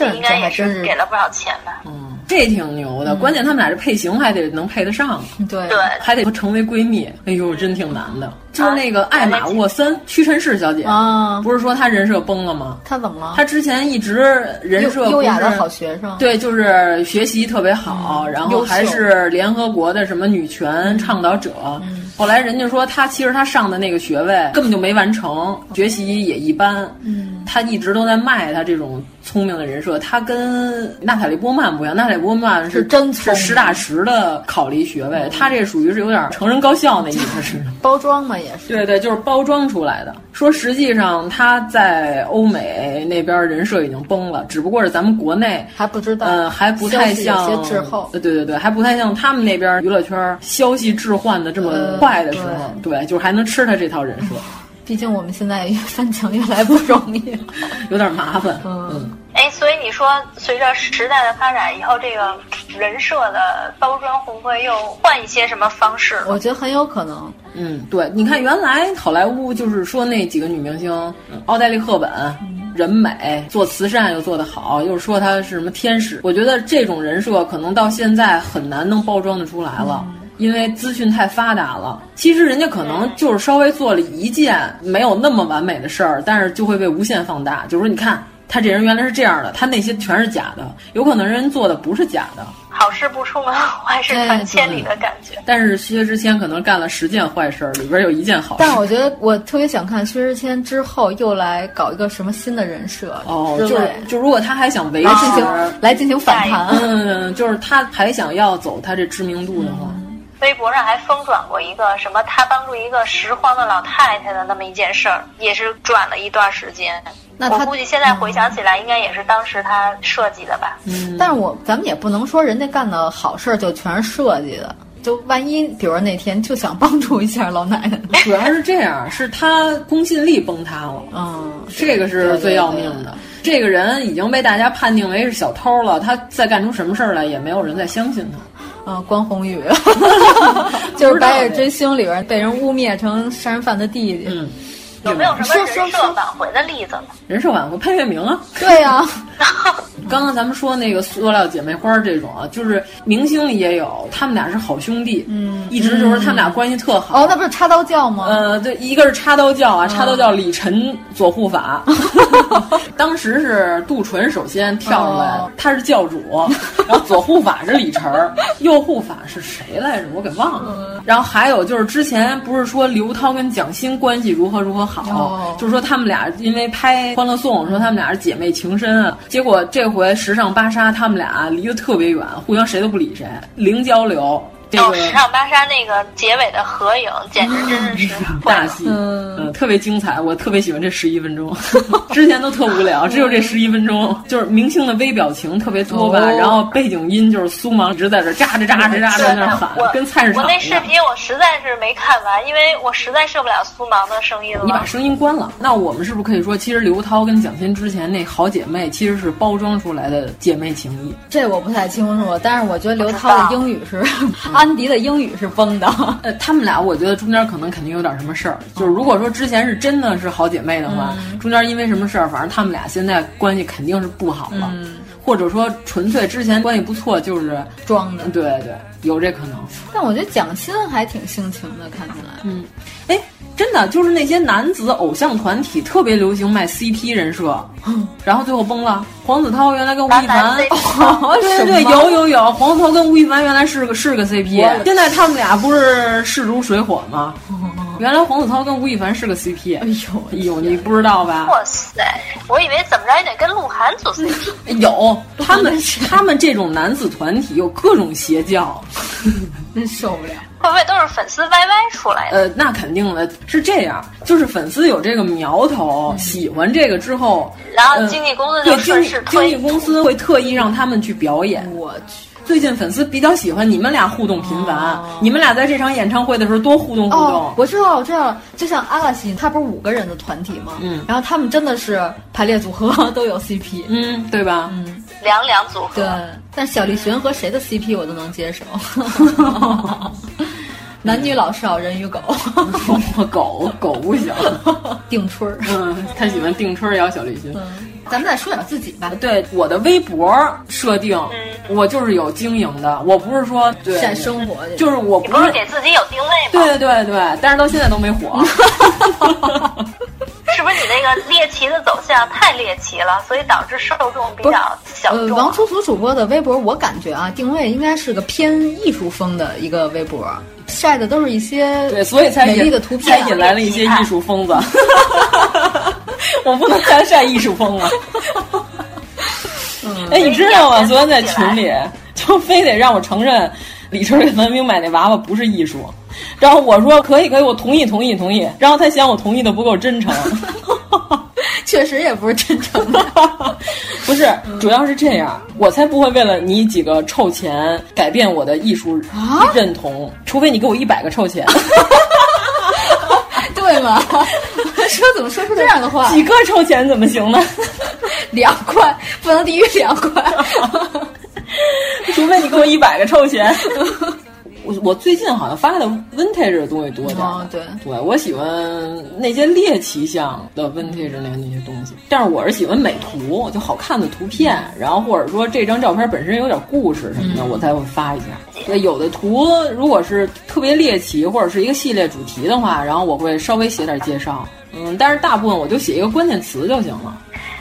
的，应该也这还真是嗯是给了不少钱吧？这挺牛的。关键他们俩这配型还得能配得上，对对，还得成为闺蜜。哎呦，真挺难的。就是那个艾玛沃森，屈臣氏小姐，啊，不是说她人设崩了吗？他怎么了？她之前一直人设优优雅的不是好学生，对，就是学习特别好，然后啊嗯优秀还是联合国的什么女权倡导者。嗯后来人家说她其实她上的那个学位根本就没完成，学习也一般。哦嗯，她一直都在卖她这种聪明的人设。她跟娜塔莉波曼不一样，娜塔莉波曼是是真聪明是哦实打实的考了一学位，她这属于是有点成人高校那意思是。包装嘛也是，对对，就是包装出来的。说实际上她在欧美那边人设已经崩了，只不过是咱们国内还不知道，嗯，还不太消像呃息有些滞后对对对，还不太像他们那边娱乐圈消息置换的这么快的时候，呃对就是还能吃他这套人设，毕竟我们现 在越翻墙越来不容易，有点麻烦。嗯，哎，所以你说随着时代的发展，以后这个人设的包装会不会又换一些什么方式了？我觉得很有可能，嗯，对，你看原来好莱坞就是说那几个女明星，奥黛丽·赫本。人美，做慈善又做得好，又说她是什么天使，我觉得这种人设可能到现在很难能包装得出来了，因为资讯太发达了。其实人家可能就是稍微做了一件没有那么完美的事儿，但是就会被无限放大，就是说你看他这人原来是这样的，他那些全是假的，有可能人做的不是假的，好事不出 门，坏哎事传千里的感觉。但是薛之谦可能干了十件坏事儿，里边有一件好事。但我觉得我特别想看薛之谦之后又来搞一个什么新的人设哦，之就类是就如果他还想维来持进，行来进行反弹，嗯，就是他还想要走他这知名度的话，微博上还疯转过一个什么，他帮助一个拾荒的老太太的那么一件事儿，也是转了一段时间。那我他估计现在回想起来，应该也是当时他设计的吧？嗯，但是我咱们也不能说人家干的好事儿就全是设计的，就万一比如那天就想帮助一下老奶奶，主要是这样，是他公信力崩塌了。嗯，这个是最要命的。这个人已经被大家判定为是小偷了，他再干出什么事儿来，也没有人再相信他。嗯，关宏宇， 就是《白夜追星》里边被人污蔑成杀人犯的弟弟。嗯，有没有什么说人说设说挽回的例子呢？人设挽回潘粤明啊，对呀、刚刚咱们说那个塑料姐妹花这种啊，就是明星里也有，他们俩是好兄弟，嗯一直就是他们俩关系特好。哦，那不是插刀教吗？嗯呃，对，一个是插刀教啊，插刀教李晨左 护法，当时是杜淳首先跳出来，哦他是 教主，然后左护法是李晨儿，右护法是谁来着？我给忘嗯了。然后还有就是之前不是说刘涛跟蒋欣关系如何如何好，哦就是说他们俩因为拍《欢乐颂》，说他们俩是姐妹情深啊。结果这回时尚芭莎他们俩离得特别远，互相谁都不理谁，零交流。这哦，个时尚芭莎那个结尾的合影，简直真 是是大戏，嗯嗯，特别精彩，我特别喜欢这十一分钟， 之前都特无嗯聊，只有这十一分钟，就是明星的微表情特别多吧，哦然后背景音就是苏芒一直在这扎着扎着扎着在那儿喊我，跟菜市我场那一视样。频我实在是没看完，因为我实在受不了苏芒的声音你把了。声音关了，那我们是不是可以说，其实刘涛跟蒋欣之前那好姐妹其实是包装出来的姐妹情谊？这我不太清楚，但是我觉得刘涛的英语是， 安迪的英语是崩的。呃，他们俩我觉得中间可能肯定有点什么事儿，就是如果说之前是真的是好姐妹的话，嗯中间因为什么事儿，反正他们俩现在关系肯定是不好了，嗯嗯或者说纯粹之前关系不错，就是 装的对对，有这可能。但我觉得蒋欣还挺性情的，看起来。嗯，哎，真的就是那些男子偶像团体特别流行卖 CP 人设，然后最后崩了。黄子韬原来跟吴亦男凡男 CP 哦 对对对，有有有，黄子韬跟吴亦凡原来是个是个 CP，现在他们俩不是势如水火吗？原来黄子韬跟吴亦凡是个 CP。哎呦，哎呦，你不知道吧？哇塞，我以为怎么着也得跟鹿晗组 CP。有他们， 他们这种男子团体有各种邪教，真受不了。会不会都是粉丝 YY 出来的？呃，那肯定的，是这样，就是粉丝有这个苗头，喜欢这个之后，然后经纪公司就嗯对经顺纪势经推纪。公司会特意让他们去表演。我去，最近粉丝比较喜欢你们俩互动频繁，你们俩在这场演唱会的时候多互动互动。哦，我知道了，我知道了。就像阿拉西，他不是五个人的团体吗？嗯然后他们真的是排列组合 都有 CP，嗯，对吧？ 嗯，两两组合，对。但小栗旬和谁的 CP 我都能接 受，男女老少，人与 狗，狗狗不行，定春儿。嗯，他喜欢定春摇小栗嗯旬。咱们再说点自己吧，对我的微博设定，我就是有经营的，我不是说对晒生活去，就是我你不不是是给自己有定位吗？对对对，但是到现在都没火。是不是你那个猎奇的走向太猎奇了，所以导致受众比较小呃，众？啊王楚楚主播的微博，我感觉啊，定位应该是个偏艺术风的一个微博，晒的都是一些 对，所以才美引丽的图才片，啊引来了一些艺术疯子。 我不能再晒艺术风了。啊嗯哎，你知道吗？昨天在群里就非得让我承认李晨给文明买那娃娃不是艺术，然后我说可以可以，我同意同意同意，然后他嫌我同意的不够真诚。 确实也不是真诚 的。不是，嗯主要是这样，我才不会为了你几个臭钱改变我的艺术啊认同，除非你给我一百个 臭钱。对吗？ 说怎么说出这样的话？几个臭钱怎么行呢？两块不能低于两块。 除非你给我一百个臭钱。我我最近好像发的 vintage 的东西多点儿，哦，对，对我喜欢那些猎奇向的 vintage 那那些东西，但是我是喜欢美图，就好看的图片，然后或者说这张照片本身有点故事什么的，我才会发一下。对，有的图如果是特别猎奇或者是一个系列主题的话，然后我会稍微写点介绍，嗯，但是大部分我就写一个关键词就行了。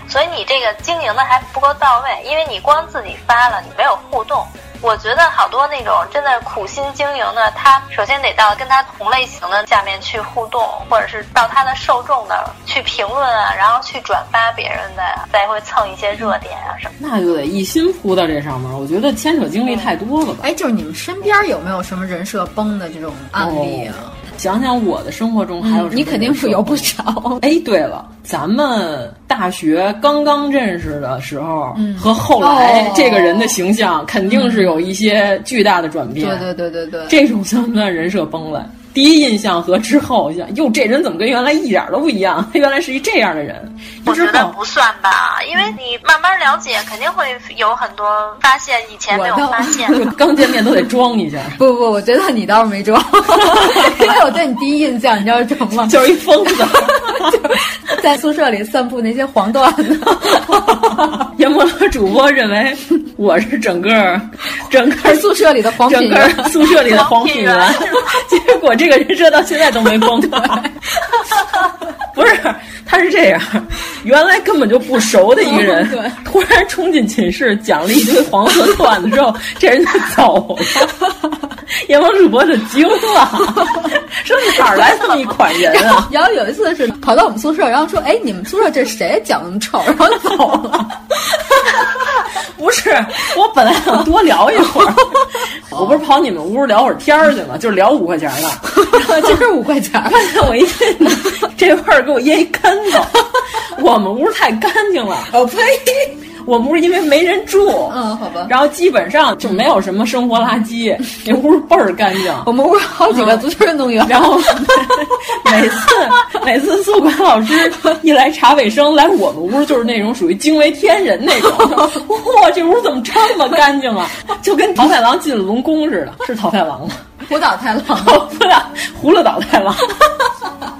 所以你这个经营的还不够到位，因为你光自己发了，你没有互动。我觉得好多那种真的苦心经营的，他首先得到跟他同类型的下面去互动，或者是到他的受众那儿去评论啊，然后去转发别人的，再会蹭一些热点啊什么。那就得一心扑到这上面，我觉得牵扯精力太多了吧。哎，就是你们身边有没有什么人设崩的这种案例啊？想想我的生活中还有什么、嗯你肯定是有不。少。哎，对了，咱们大学刚刚认识的时候，嗯和后来哦这个人的形象肯定是有一些巨大的转变。对对对对对，这种算不算人设崩了？第一印象和之后像，哟，这人怎么跟原来一点儿都不一样？ 他原来是一这样的人。我之觉得后不算吧，因为你慢慢了解，肯定会有很多发现以前没有我倒发现。 就刚见面都得装一下， 不不，我觉得你倒是没 装，因为我对你第一印象，你知道是什 么吗？就是一疯子， 就是在宿舍里散布那些黄段子。 阎摩罗主播认为我是整 个整个宿舍里的黄整品个源，宿舍里的黄品源黄品， 结果这个人设到现在都没 崩。不是，他是这样，原来根本就不熟的一个人，对突然冲进寝室讲了一堆黄色段子之后，这人就走了。阎王主播就惊了，说哪儿来这么一款人然后啊？ 然后有一次是跑到我们宿舍，然后说：“哎，你们宿舍这谁讲那么臭？” 然后走了。 不是，我本来想多聊一 会儿，我不是跑你们屋聊会儿天儿去吗？就是聊五块钱的。这是五块钱儿，发现我一进门，这味儿给我噎一干头。我们屋太干净了，我哦呸！我们屋因为没人住，嗯，好吧。然后基本上就没有什么生活垃 圾，那屋倍儿干净。我们屋好几个足球运动 员，然后每次每次宿管老师一来查卫生，来我们屋就是那种属于惊为天人那 种。哇，这屋怎么这么干净啊？就跟桃太郎进了龙宫似的，是桃太郎吗？ 胡导太郎。我不了，葫芦岛太郎。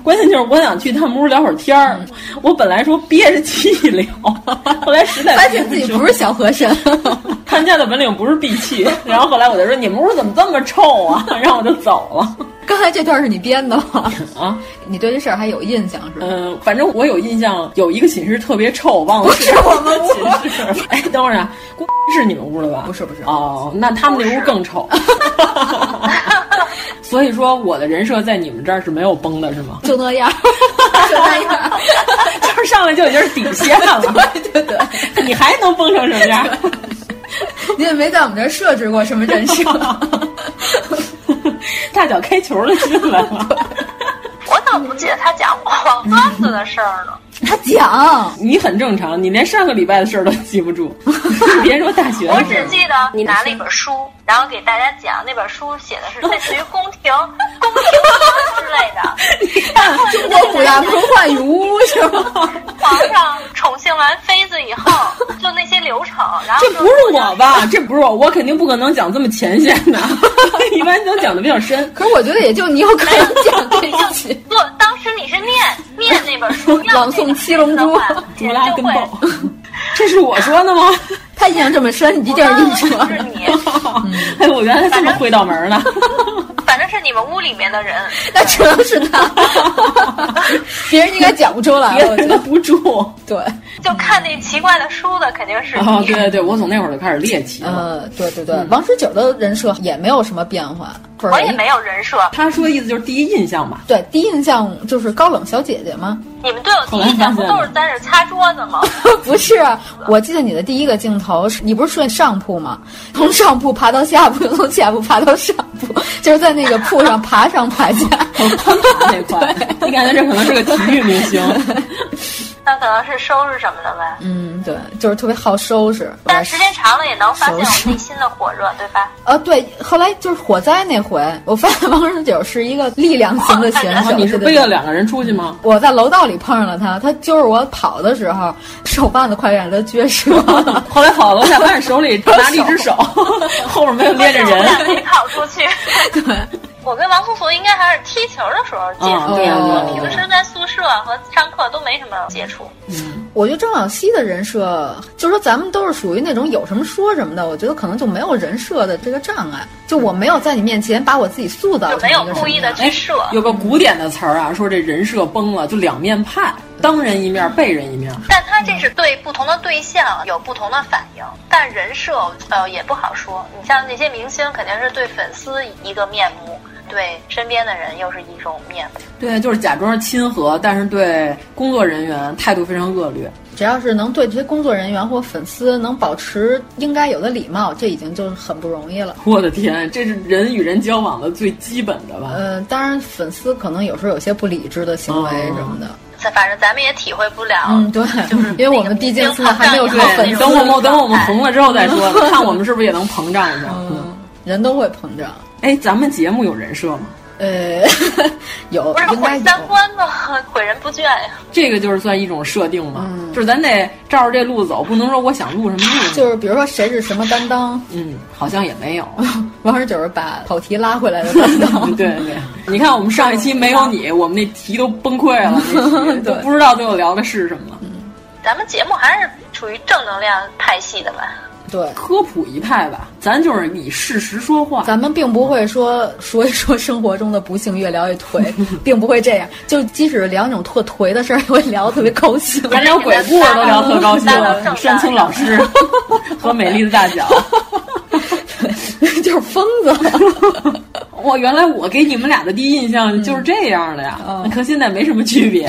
关键就是我想去他们屋聊会儿天儿，我本来说憋着气聊，后来实在 发现自己 不是小和珅，他们家的本领不是闭气，然后后来我就说你们屋怎么这么臭啊，然后我就走了刚才这段是你编的 吗？啊。你对这事儿还有印象是吧？嗯、反正我有印象，有一个寝室特别臭，忘了是我 们寝室。 哎，等会儿啊，是你们屋的吧？不是不是哦，那他们那屋更臭。 所以说我的人设在你们这儿是没有崩的，是吗？ 就那样，就那样，就是上来就已经是底线了。 对对对，你还能崩成什么 样？ 你也没在我们这儿设置过什么人设，啊 大脚开球的进来了。我怎么不记得他讲过王段子的事儿呢？ 他讲，你很正常，你连上个礼拜的事儿都记不 住，你别说大学我的事只儿。记得你拿了一本书，然后给大家讲那本书写的 是类似于宫廷、宫廷之类的。 中国古代文化语屋是吗？皇上宠幸完妃子以后，就那些流程，然后这不是我 吧？这不是我，我肯定不可能讲这么前线的，一般都讲的比较 深。可是我觉得也就你有可能 讲这一期。不，当时你是念念那本书，要朗诵七龙珠，杜拉根宝， 这是我说的吗？他印象这么深，你一定是你说是嗯的。你， 哎，我原来这么会道门 呢。反正是你们屋里面的人。 那只能是他， 别人应该讲不出来，我觉得不住。 对，就看那奇怪的书的肯定是嗯你。哦，对对对，我从那会儿就开始猎奇了。呃，对对对，王十九的人设也没有什么变化，我也没有人设，他说的意思就是第一印象 嘛。对，第一印象就是高冷小姐姐吗？你们对我第一印象不都是在这擦桌子吗？不是，啊我记得你的第一个镜头是，你不是睡上铺吗？从上铺爬到下铺，又从下铺爬到上铺，就是在那个铺上爬上爬下。那块，你感觉这可能是个体育明 星。那可能是收拾什么的呗。嗯，对，就是特别好收拾。但时间长了也能发现我内心的火热，对吧？呃，对，后来就是火灾那回，我发现王十九是一个力量型的选然后手。哦你是对对背了两个人出去吗？我在楼道里碰上了他，他揪着我跑的时候，手腕子快让他撅折嗯了。啊后来跑楼下，发现手 里拿着一只手，后面没有关捏着键我俩人。没跑出去。我跟王素素应该还是踢球的时候接触比较多，哦平时在宿舍和上课都没什么接触。我觉得张小希的人设，就是说咱们都是属于那种有什么说什么的，我觉得可能就没有人设的这个障碍。就我没有在你面前把我自己塑造就成没一有个什故么意样的去设。有个古典的词儿啊，说这人设崩了，就两面派，当人一面，背人一面。但他这是对不同的对象有不同的反应，但人设呃也不好说。你像那些明星，肯定是对粉丝一个面目，对身边的人又是一种面目。对，就是假装亲和，但是对工作人员态度非常恶劣。只要是能对这些工作人员或粉丝能保持应该有的礼貌，这已经就是很不容易了。我的天，这是人与人交往的最基本的吧？呃，当然，粉丝可能有时候有些不理智的行为什么的。哦反正咱们也体会不了。嗯，对，因为我们毕竟现在还没有什么粉丝，等我们等我们红了之后再说， 看我们是不是也能膨胀一下。嗯，人都会膨胀。哎，咱们节目有人设吗？呃， 有不是应该毁有。三观吗？毁人不倦呀！这个就是算一种设定嘛，就是咱得照着这路走，不能说我想录什么录。嗯就是比如说谁是什么担当，嗯，好像也没有。王十九是把跑题拉回来 的担当。对对，你看我们上一期没有你，我们那题都崩溃了，那期都不知道最后聊的是什么。咱们节目还是处于正能量派系的吧。对，科普一派吧，咱就是以事实说话。咱们并不会说说一说生活中的不幸越聊越颓， 并不会这样。就即使聊那种特颓的事儿，也会聊得特别高兴。咱聊鬼故事都聊特高兴，山村老师 和美丽的大脚。 就是疯子。 我原来我给你们俩的第一印象就是这样的呀，可现在没什么区别。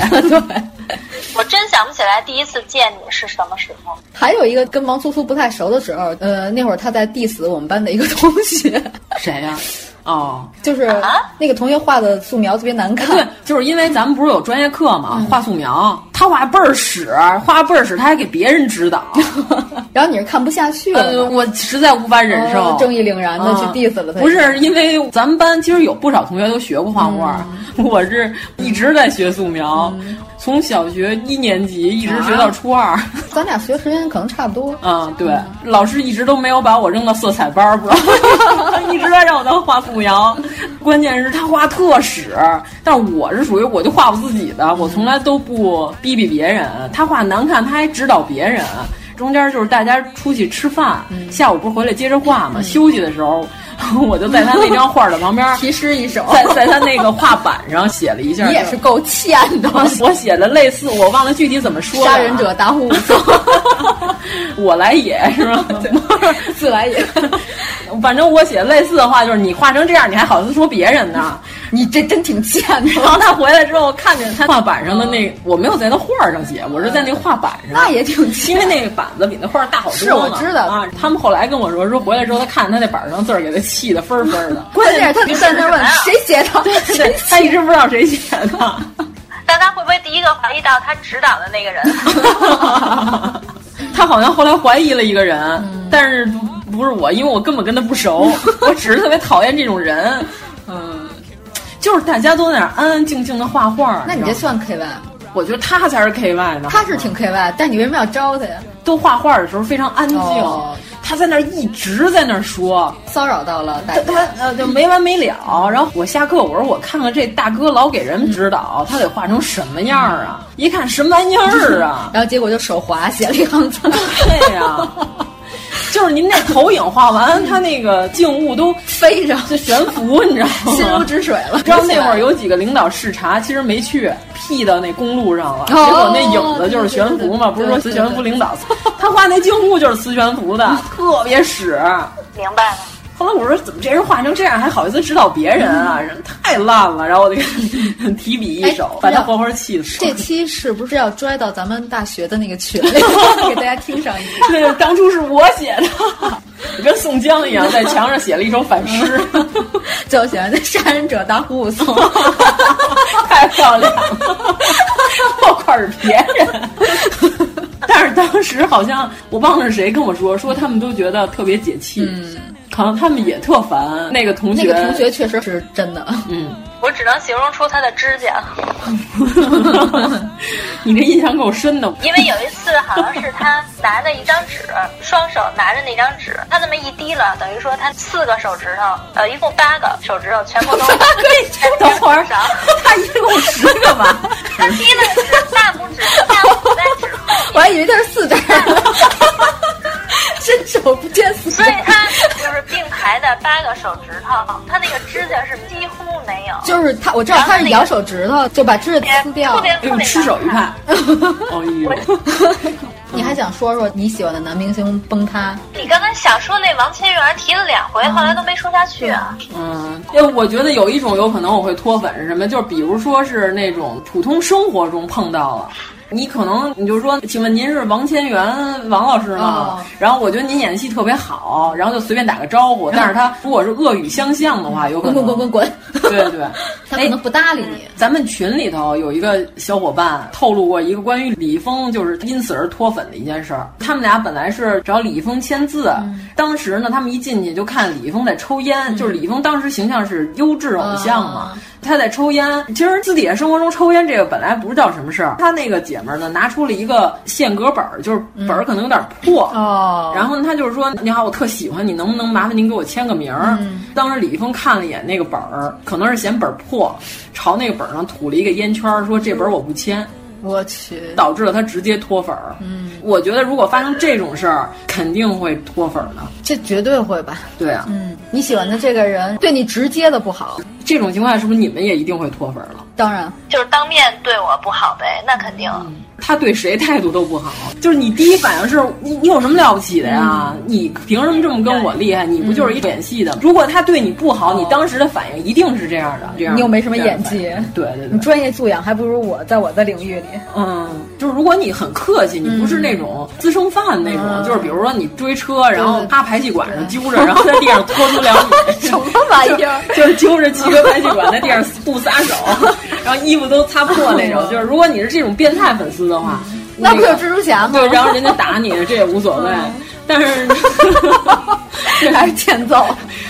我真想不起来第一次见你是什么时 候。还有一个跟王苏苏不太熟的时候，呃，那会儿他在 diss 我们班的一个同学， 谁呀、哦，就是那个同学画的素描特别难 看。对，就是因为咱们不是有专业课嘛，画素描，他画倍儿屎，画倍儿屎，他还给别人指导，然后你是看不下去了呃，吗，我实在无法忍受。哦正义凛然的去嗯 diss 了他。不是因为咱们班其实有不少同学都学过画画，嗯 我是一直在学素描，从小学一年级一直啊学到初二。咱俩学时间可能差不多。嗯，对，老师一直都没有把我扔到色彩班儿，不知道， 他一直在让我当画素描。关键是他画特使，但是我是属于我就画我自己的，我从来都不逼逼别人。他画难看，他还指导别人。中间就是大家出去吃饭，嗯下午不是回来接着画嘛，休息的时候，我就在他那张画的 旁边题诗一首，在在他那个画板上写了一下，你也是够欠的。 我写的类似，我忘了具体怎么说了啊。杀人者大户武 松，我来也是 吗？自啊来也。反正我写类似的话，就是你画成这样，你还好意思说别人呢？你这真挺欠的。然后他回来之后，看见他画板上的那，我没有在那画上写，我是在那画板 上。那也挺欠因为那个板子比那画大好多是我嘛知道。啊。他们后来跟我说，说回来之后，他看见他那板上字儿，给他气得分分的 关键是他站那儿问谁写 的，对对，他一直不知道谁写的。但他会不会第一个怀疑到他指导的那个人？ 他好像后来怀疑了一个人，嗯但是不不是我，因为我根本跟他 不熟，我只是特别讨厌这种人。嗯，就是大家都在那儿安安静静的画画。那你这知道吗，算 K Y？我觉得他才是 K Y 呢。他是挺 K Y，但你为什么要招他呀？都画画的时候非常安静，哦他在那儿一直在那儿说。骚扰到了大他他家，呃就没完没了，然后我下课我说我看看这大哥老给人指导，他得画成什么样儿 啊？一看什么玩意儿啊？然后结果就手滑写了一行字。对呀、就是您那投影画完，他那个静物都 飞 着就悬浮，你知道吗？心如止水了。你知道那会儿有几个领导视察，其实没去，屁到那公路上了。结哦果那影子就是悬浮嘛，不对对对对是说磁悬浮领导，他画那静物就是磁悬 浮的，特别屎。明白了。后来我说怎么这人画成这样，还好意思指导别人啊？嗯人太烂了。然后我就给他提笔一手哎，把他活活气死。 这期是不是要拽到咱们大学的那个群 里，给大家听上一下？对，当初是我写的，跟宋江一样，在墙上写了一首反 诗，就喜欢那杀人者大虎武 松，太漂亮了，爆款是别人。但是当时好像我忘了是谁跟我说，说他们都觉得特别解气，好像他们也特烦那个同嗯那学。个同学确实是真的。嗯， 我只能形容出他的指甲，你这印象够 深的，因为有一次好像是他拿着一张纸，双手拿着那张纸，他那么一提了，等于说他四个手指头，呃，一共八个手指头全 部都等会儿上，他一共十个吧？他提了指大拇指、大拇指、大指头， 我还以为他是四张呢， 伸手不见四所指以。他就是并排的八个手指头，他那个指甲是几乎没有，就是他，我知道他是咬手指头，就把指甲撕掉特。别特别用难哎吃手一看。啊看， 哦呦，你还想说说你喜欢的男明星崩塌？你刚才想说那王千源提了两回，嗯后来都没说下去啊。嗯，因为我觉得有一种有可能我会脱粉是什么，就是比如说是那种普通生活中碰到了。你可能你就说，请问您是王千源王老师吗？哦然后我觉得您演戏特别好，然后就随便打个招呼。但是他如果是恶语相向的话，有可滚能滚滚滚滚！对对，他可能不搭理你。咱们群里头有一个小伙伴透露过一个关于李易峰就是因此而脱粉的一件事儿。他们俩本来是找李易峰签字，当时呢，他们一进去就看李易峰在抽烟，就是李易峰当时形象是优质偶像嘛。啊他在抽烟，其实私底下生活中抽烟这个本来不是叫什么事儿。他那个姐们儿呢，拿出了一个线格本儿，就是本儿可能有点破，哦嗯然后呢，他就是说：“你好，我特喜欢你，能不能麻烦您给我签个名儿？”当时李易峰看了一眼那个本儿，可能是嫌本儿破，朝那个本儿上吐了一个烟圈儿，说：“这本儿我不签。”我去，导致了他直接脱粉儿。嗯，我觉得如果发生这种事儿，肯定会脱粉儿的。这绝对会吧？对啊，嗯，你喜欢的这个人对你直接的不好，这种情况下是不是你们也一定会脱粉儿了？当然就是当面对我不好呗，那肯定。嗯他对谁态度都不好，就是你第一反应是你你有什么了不起的呀？嗯你凭什么这么跟我厉害？你不就是一演戏的吗？如果他对你不好，你当时的反应一定是这样的，这哦样你又没什么这样的演技反应对对你对。专业素养还不如我，在我的领 域里。嗯，就是如果你很客气，你不嗯是那种私生饭那种，就是比如说你追车，然后趴排气管上揪着，然后在地上拖出两米， 什么玩意儿？就是揪着汽车排气管在地上不撒 手，然后衣服都擦破那种。就是如果你是这种变态粉丝的话，哦那不个有蜘蛛侠吗？对，然后人家嗯打你，这也无所谓。但是， 还是欠揍。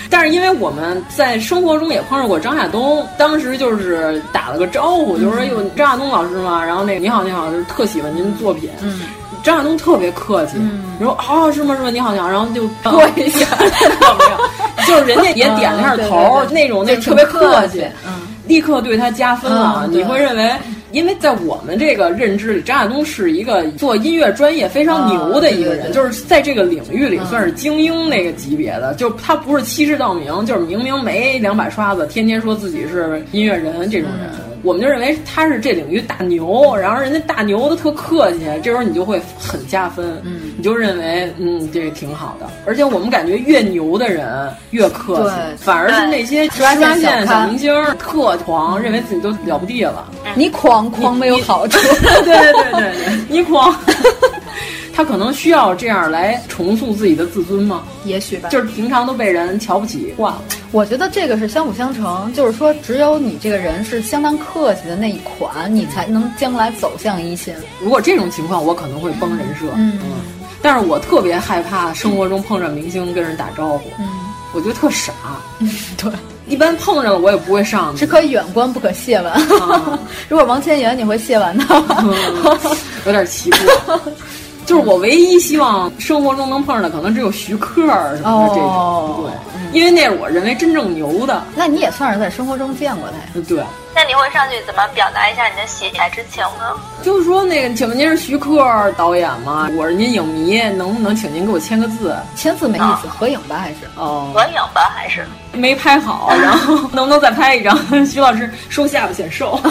但是因为我们在生活中也碰上过张亚东，当时就是打了个招呼，就说：“哟，张亚东老师吗？”然后那个“你好，你好”，就是特喜欢您的作品。嗯。张亚东特别客气，嗯然后哦是吗是吗你好你好，然后就过一下，嗯 没有，就是人家也点了一下头，嗯对对对那种那就特别挺客客气嗯气，立刻对他加分了。嗯对你会认为因为在我们这个认知里，张亚东是一个做音乐专业非常牛的一个嗯人，就是在这个领域里算是精英那个级别的，就他不是欺世盗名，就是明明没两把刷子，天天说自己是音乐人这种人。嗯我们就认为他是这领域大牛，然后人家大牛都特客气，这时候你就会很加分，嗯，你就认为嗯这个挺好的。而且我们感觉越牛的人越客气，对反而是那些抓抓线线小小咖嗯明星儿特狂，认为自己都了不地了。你狂狂没有好处， 对对对对对， 你狂。他可能需要这样来重塑自己的自尊吗？也许吧。就是平常都被人瞧不起惯了。我觉得这个是相辅相成，就是说，只有你这个人是相当客气的那一款，你才能将来走向一线。如果这种情况，我可能会崩人设。嗯，但是我特别害怕生活中碰上明星跟人打招呼，嗯，我觉得特傻。 对，一般碰上了我也不会上去 只，可远观不可亵玩。 如果王千源，你会亵玩他吗？嗯有点奇 怪。就是我唯一希望生活中能碰上的，可能只有徐克儿什么的这种，哦对，因为那是我认为真正牛的。 那你也算是在生活中见过他呀。对，那你会上去怎么表达一下你的喜爱之情呢？就是说那个，请问您是徐克导演吗？我是您影迷，能不能请您给我签个字？签字没意思，合影吧 还是？哦，合影吧，还是没拍好，然后 能不能再拍一张？ 徐老师收下巴显瘦。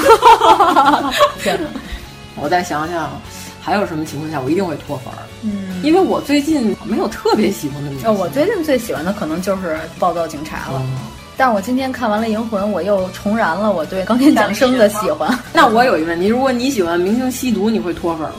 我再想想，还有什么情况下我一定会脱粉儿？嗯，因为我最近没有特别喜欢的明呃，星。我最近最喜欢的可能就是《暴躁警察》了。但是我今天看完了《银魂》，我又重燃了我对钢琴讲生的喜欢。那我有一个问题，如果你喜欢明星吸毒，你会脱粉吗？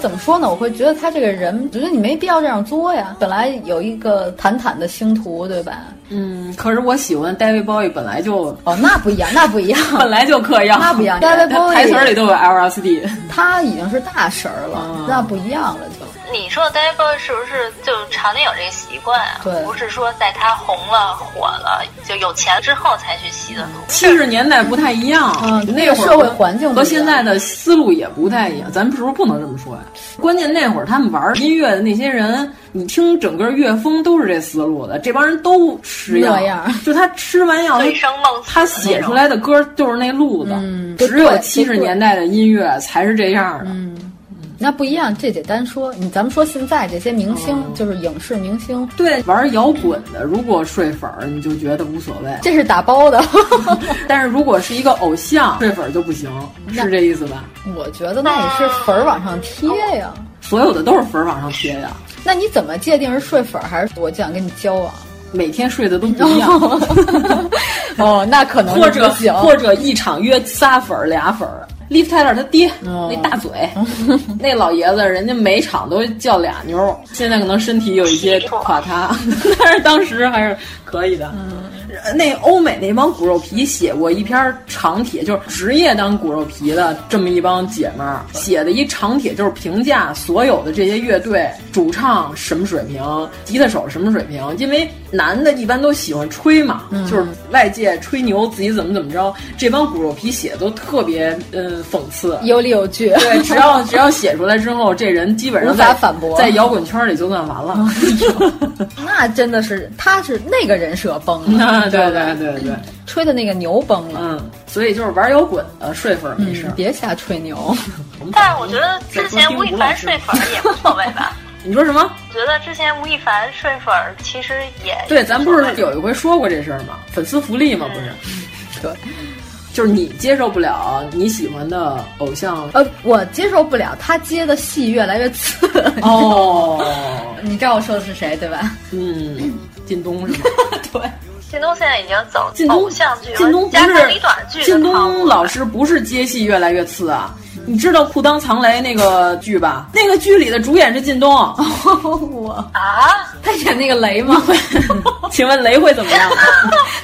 怎么说呢？我会觉得他这个人，觉得你没必要这样作呀。本来有一个坦坦的星途，对吧？嗯，可是我喜欢 David Bowie 本来就哦，那不一样，那不一样。 本来就嗑药，那不一样他 David 他 Bowie 台词儿里都有 LSD。他已经是大神儿了，啊那不一样了就。你说的 d a v i 是不是就常年有这个习惯啊？对不是说在他红了、火了、就有钱之后才去吸的毒。七十年代不太一样，嗯哦那会儿社会环境不一样和现在的思路也不太一样。咱们是不是不能这么说呀？关键那会儿他们玩音乐的那些人，你听整个乐风都是这思路的，这帮人都吃药那，样就他吃完药，醉生梦死，他写出来的歌就是那路子。就只有嗯对嗯七就十对年代的音乐才是这样的。那不一样，这得单说。你咱们说现在这些明星，哦就是影视明星，对，玩摇滚的，如果睡粉儿，你就觉得无所谓；这是打包 的。但是如果是一个偶像，睡粉儿就不行，是这意思吧？我觉得那也是粉儿往上贴呀。所有的都是粉儿往上贴的。那你怎么界定是睡粉儿还是我就想跟你交 往？每天睡的都不一样， 哦，那可能或就者不行或者一场约仨粉儿俩粉儿。Liv Tyler 他爹、嗯那大嘴，那老爷子，人家每场都叫俩妞儿，现在可能身体有一些 垮塌，但是当时还是可以的。呃那欧美那帮骨肉皮写过一篇长帖，就是职业当骨肉皮的这么一帮姐们儿写的一长帖，就是评价所有的这些乐队主唱什么水平，吉他手什么水平。因为男的一般都喜欢吹嘛，嗯就是外界吹牛自己怎么怎么着，这帮骨肉皮写的都特别呃讽刺。有理有据。对，只要只要写出来之后，这人基本上无法在反驳在摇滚圈里就算完了。那真的是，他是那个人设崩 那了，对对对对，吹的那个牛崩了。嗯，所以就是玩摇滚呃，睡粉儿没事儿嗯，。别瞎吹牛。但是我觉得之前吴亦凡睡粉儿也无所谓 吧。你说什么？我觉得之前吴亦凡睡粉儿其实也对，咱不是有一回说过这事儿吗？粉丝福利嘛， 不是？嗯对，就是你接受不了你喜欢的偶像呃，我接受不了他接的戏越来越次。哦， 你知道我说的是谁对吧？嗯，靳东是 吗？靳东现在已经走靳偶东像剧了，靳东不加上是李短剧的啊靳套路东老师不是接戏越来越次啊。你知道《裤裆藏雷》那个剧吧？那个剧里的主演 是靳东，我啊，他演那个雷 吗？ 请问雷会怎么样？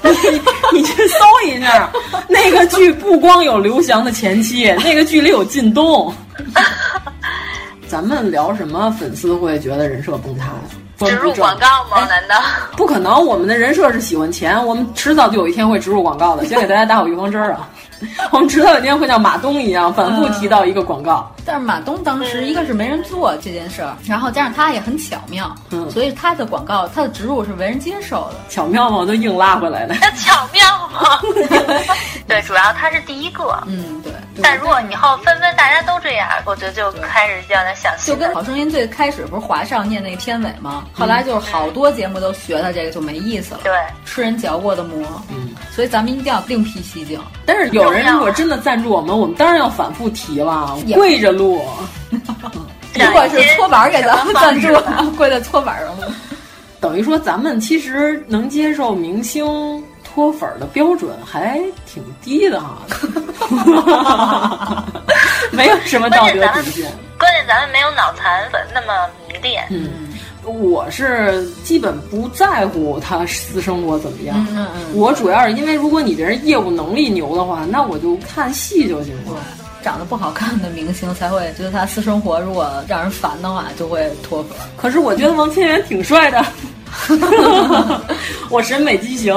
你你去搜一下，那个剧不光有刘翔的前妻，那个剧里有靳 东。咱们聊什么粉丝会觉得人设崩塌呀？植入广告哎吗？难道？ 不可能，我们的人设是喜欢钱，我们迟早就有一天会植入广告的。先给大家打好预防针儿啊， 我们迟早有一天会像马东一样反复提到一个广告。但是马东当时一个是没人做这件事儿，然后加上他也很巧妙，嗯所以他的广告他的植入是为人接受的。巧妙吗？我都硬拉回来了。 那巧妙吗？对，主要他是第一个，嗯，对。但如果以后纷纷大家都这样，我觉得就开始让他想就跟《好声音》最开始不是华少念那片尾吗？后来就是好多节目都学他这个，就没意思了。对，吃人嚼过的馍。嗯，所以咱们一定要另辟蹊径。但是有啊人如果真的赞助我们，我们当然要反复提了，跪着录。如果是搓板给咱们赞助， 跪在搓板上录。等于说，咱们其实能接受明星脱粉的标准还挺低的哈， 没有什么道德底线。关键咱们没有脑残粉那么迷恋。嗯，我是基本不在乎他私生活怎么样。嗯嗯。我主要是因为，如果你这人业务能力牛的话，那我就看戏就行了。长得不好看的明星才会觉得他私生活如果让人烦的话，就会脱粉。可是我觉得王千源挺帅的。我审美畸形，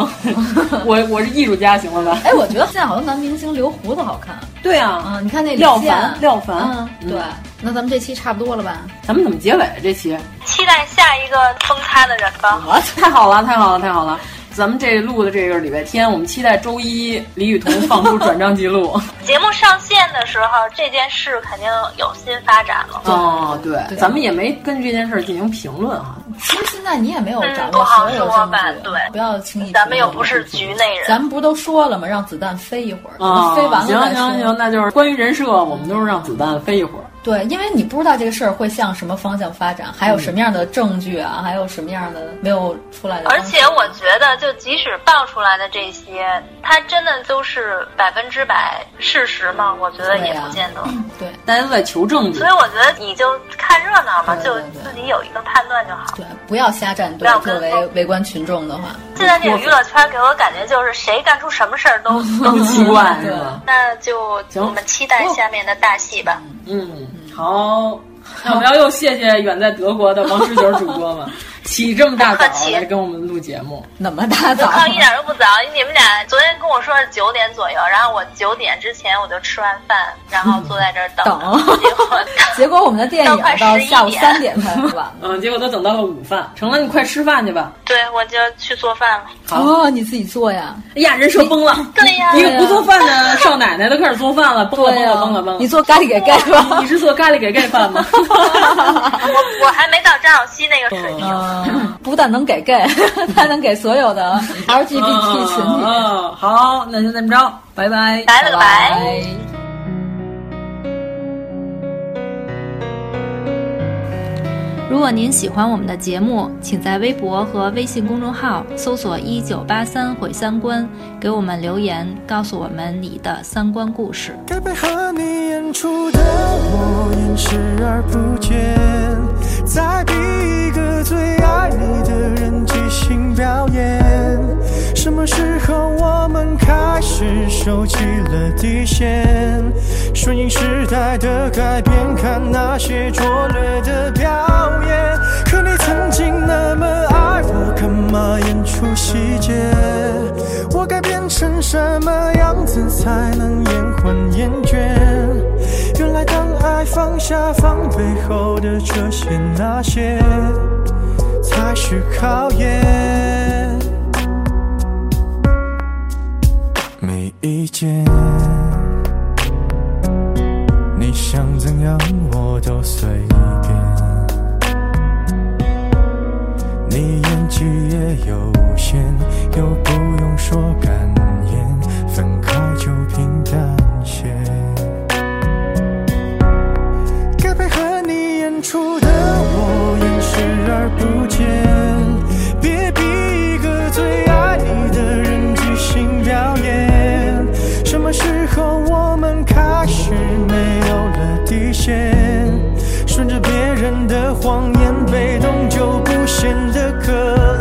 我我是艺术家，行了吧？哎，我觉得现在好多男明星留胡子好看。对啊，嗯，你看那廖凡，廖凡，嗯，对。那咱们这期差不多了吧？咱们怎么结尾啊这期？期待下一个封他的人吧。 太好啊了，太好了，太好了！咱们这录的这个礼拜天，我们期待周一李雨桐放出转账记 录。节目上线的时候，这件事肯定有新发展了。哦，对，咱们也没根据这件事进行评论哈。其实现在你也没有嗯掌握所有证据，对，不要轻易。咱们又不是局内人，咱们不都说了吗？让子弹飞一会儿，啊，飞完了行行行，那就是关于人设，我们都是让子弹飞一会儿。对，因为你不知道这个事儿会向什么方向发展，嗯还有什么样的证据啊，还有什么样的没有出来的。而且我觉得，就即使爆出来的这些，它真的都是百分之百事实吗？我觉得也不见得。对，嗯大家都在求证据。所以我觉得你就看热闹嘛，就自己有一个判断就好。对，不要瞎站队。作为围观群众的话， 现在这个娱乐圈给我感觉就是谁干出什么事儿都 都奇怪，是吧？那就我们期待下面的大戏吧。嗯。好，那我们要又谢谢远在德国的王十九主播们， 起这么大早来跟我们录节目，那么大早，一点都不早。你们俩昨天跟我说是九点左右，然后我九点之前我就吃完饭，然后坐在这儿等，等 结果 结果我们的电影到下午三点 才播完，嗯，结果都等到了午饭。成了，你快吃饭去吧。对，我就去做饭了。哦，你自己做呀？哎呀，人设崩了。对呀，一个不做饭的少奶奶都开始做饭 了，崩了崩了崩了崩啊了。你做咖喱给盖饭？你是做咖喱给盖饭吗？我我还没到张小希那个水嗯平， 不但能给盖，还能给所有 的 LGBT 群体。嗯，好，那就这么着，拜拜，拜了拜。如果您喜欢我们的节目，请在微博和微信公众号搜索“一九八三毁三观”，给我们留言，告诉我们你的三观故事。该配合你演出的我，演视而不见，再逼一个最爱你的人即兴表演。什么时候我们开始收起了底线？顺应时代的改变，看那些拙劣的表演。可你曾经那么爱我，干嘛演出细节？我该变成什么样子才能延缓厌倦？原来当爱放下防备后的这些那些，才是考验。没意见，你想怎样我都随便。你演技也有限，又不用说感言，分开就平淡些。该配合你演出的我，演视而不见。别逼一个最爱你的人即兴表演。什么时候我们开始没有了底线？顺着别人的谎言，被动就不显得可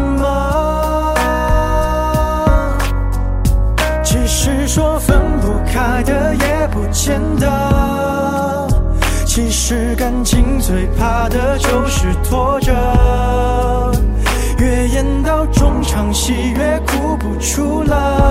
么，只是说分不开的也不见得。其实感情最怕的就是拖着，越演到中场戏越哭不出了。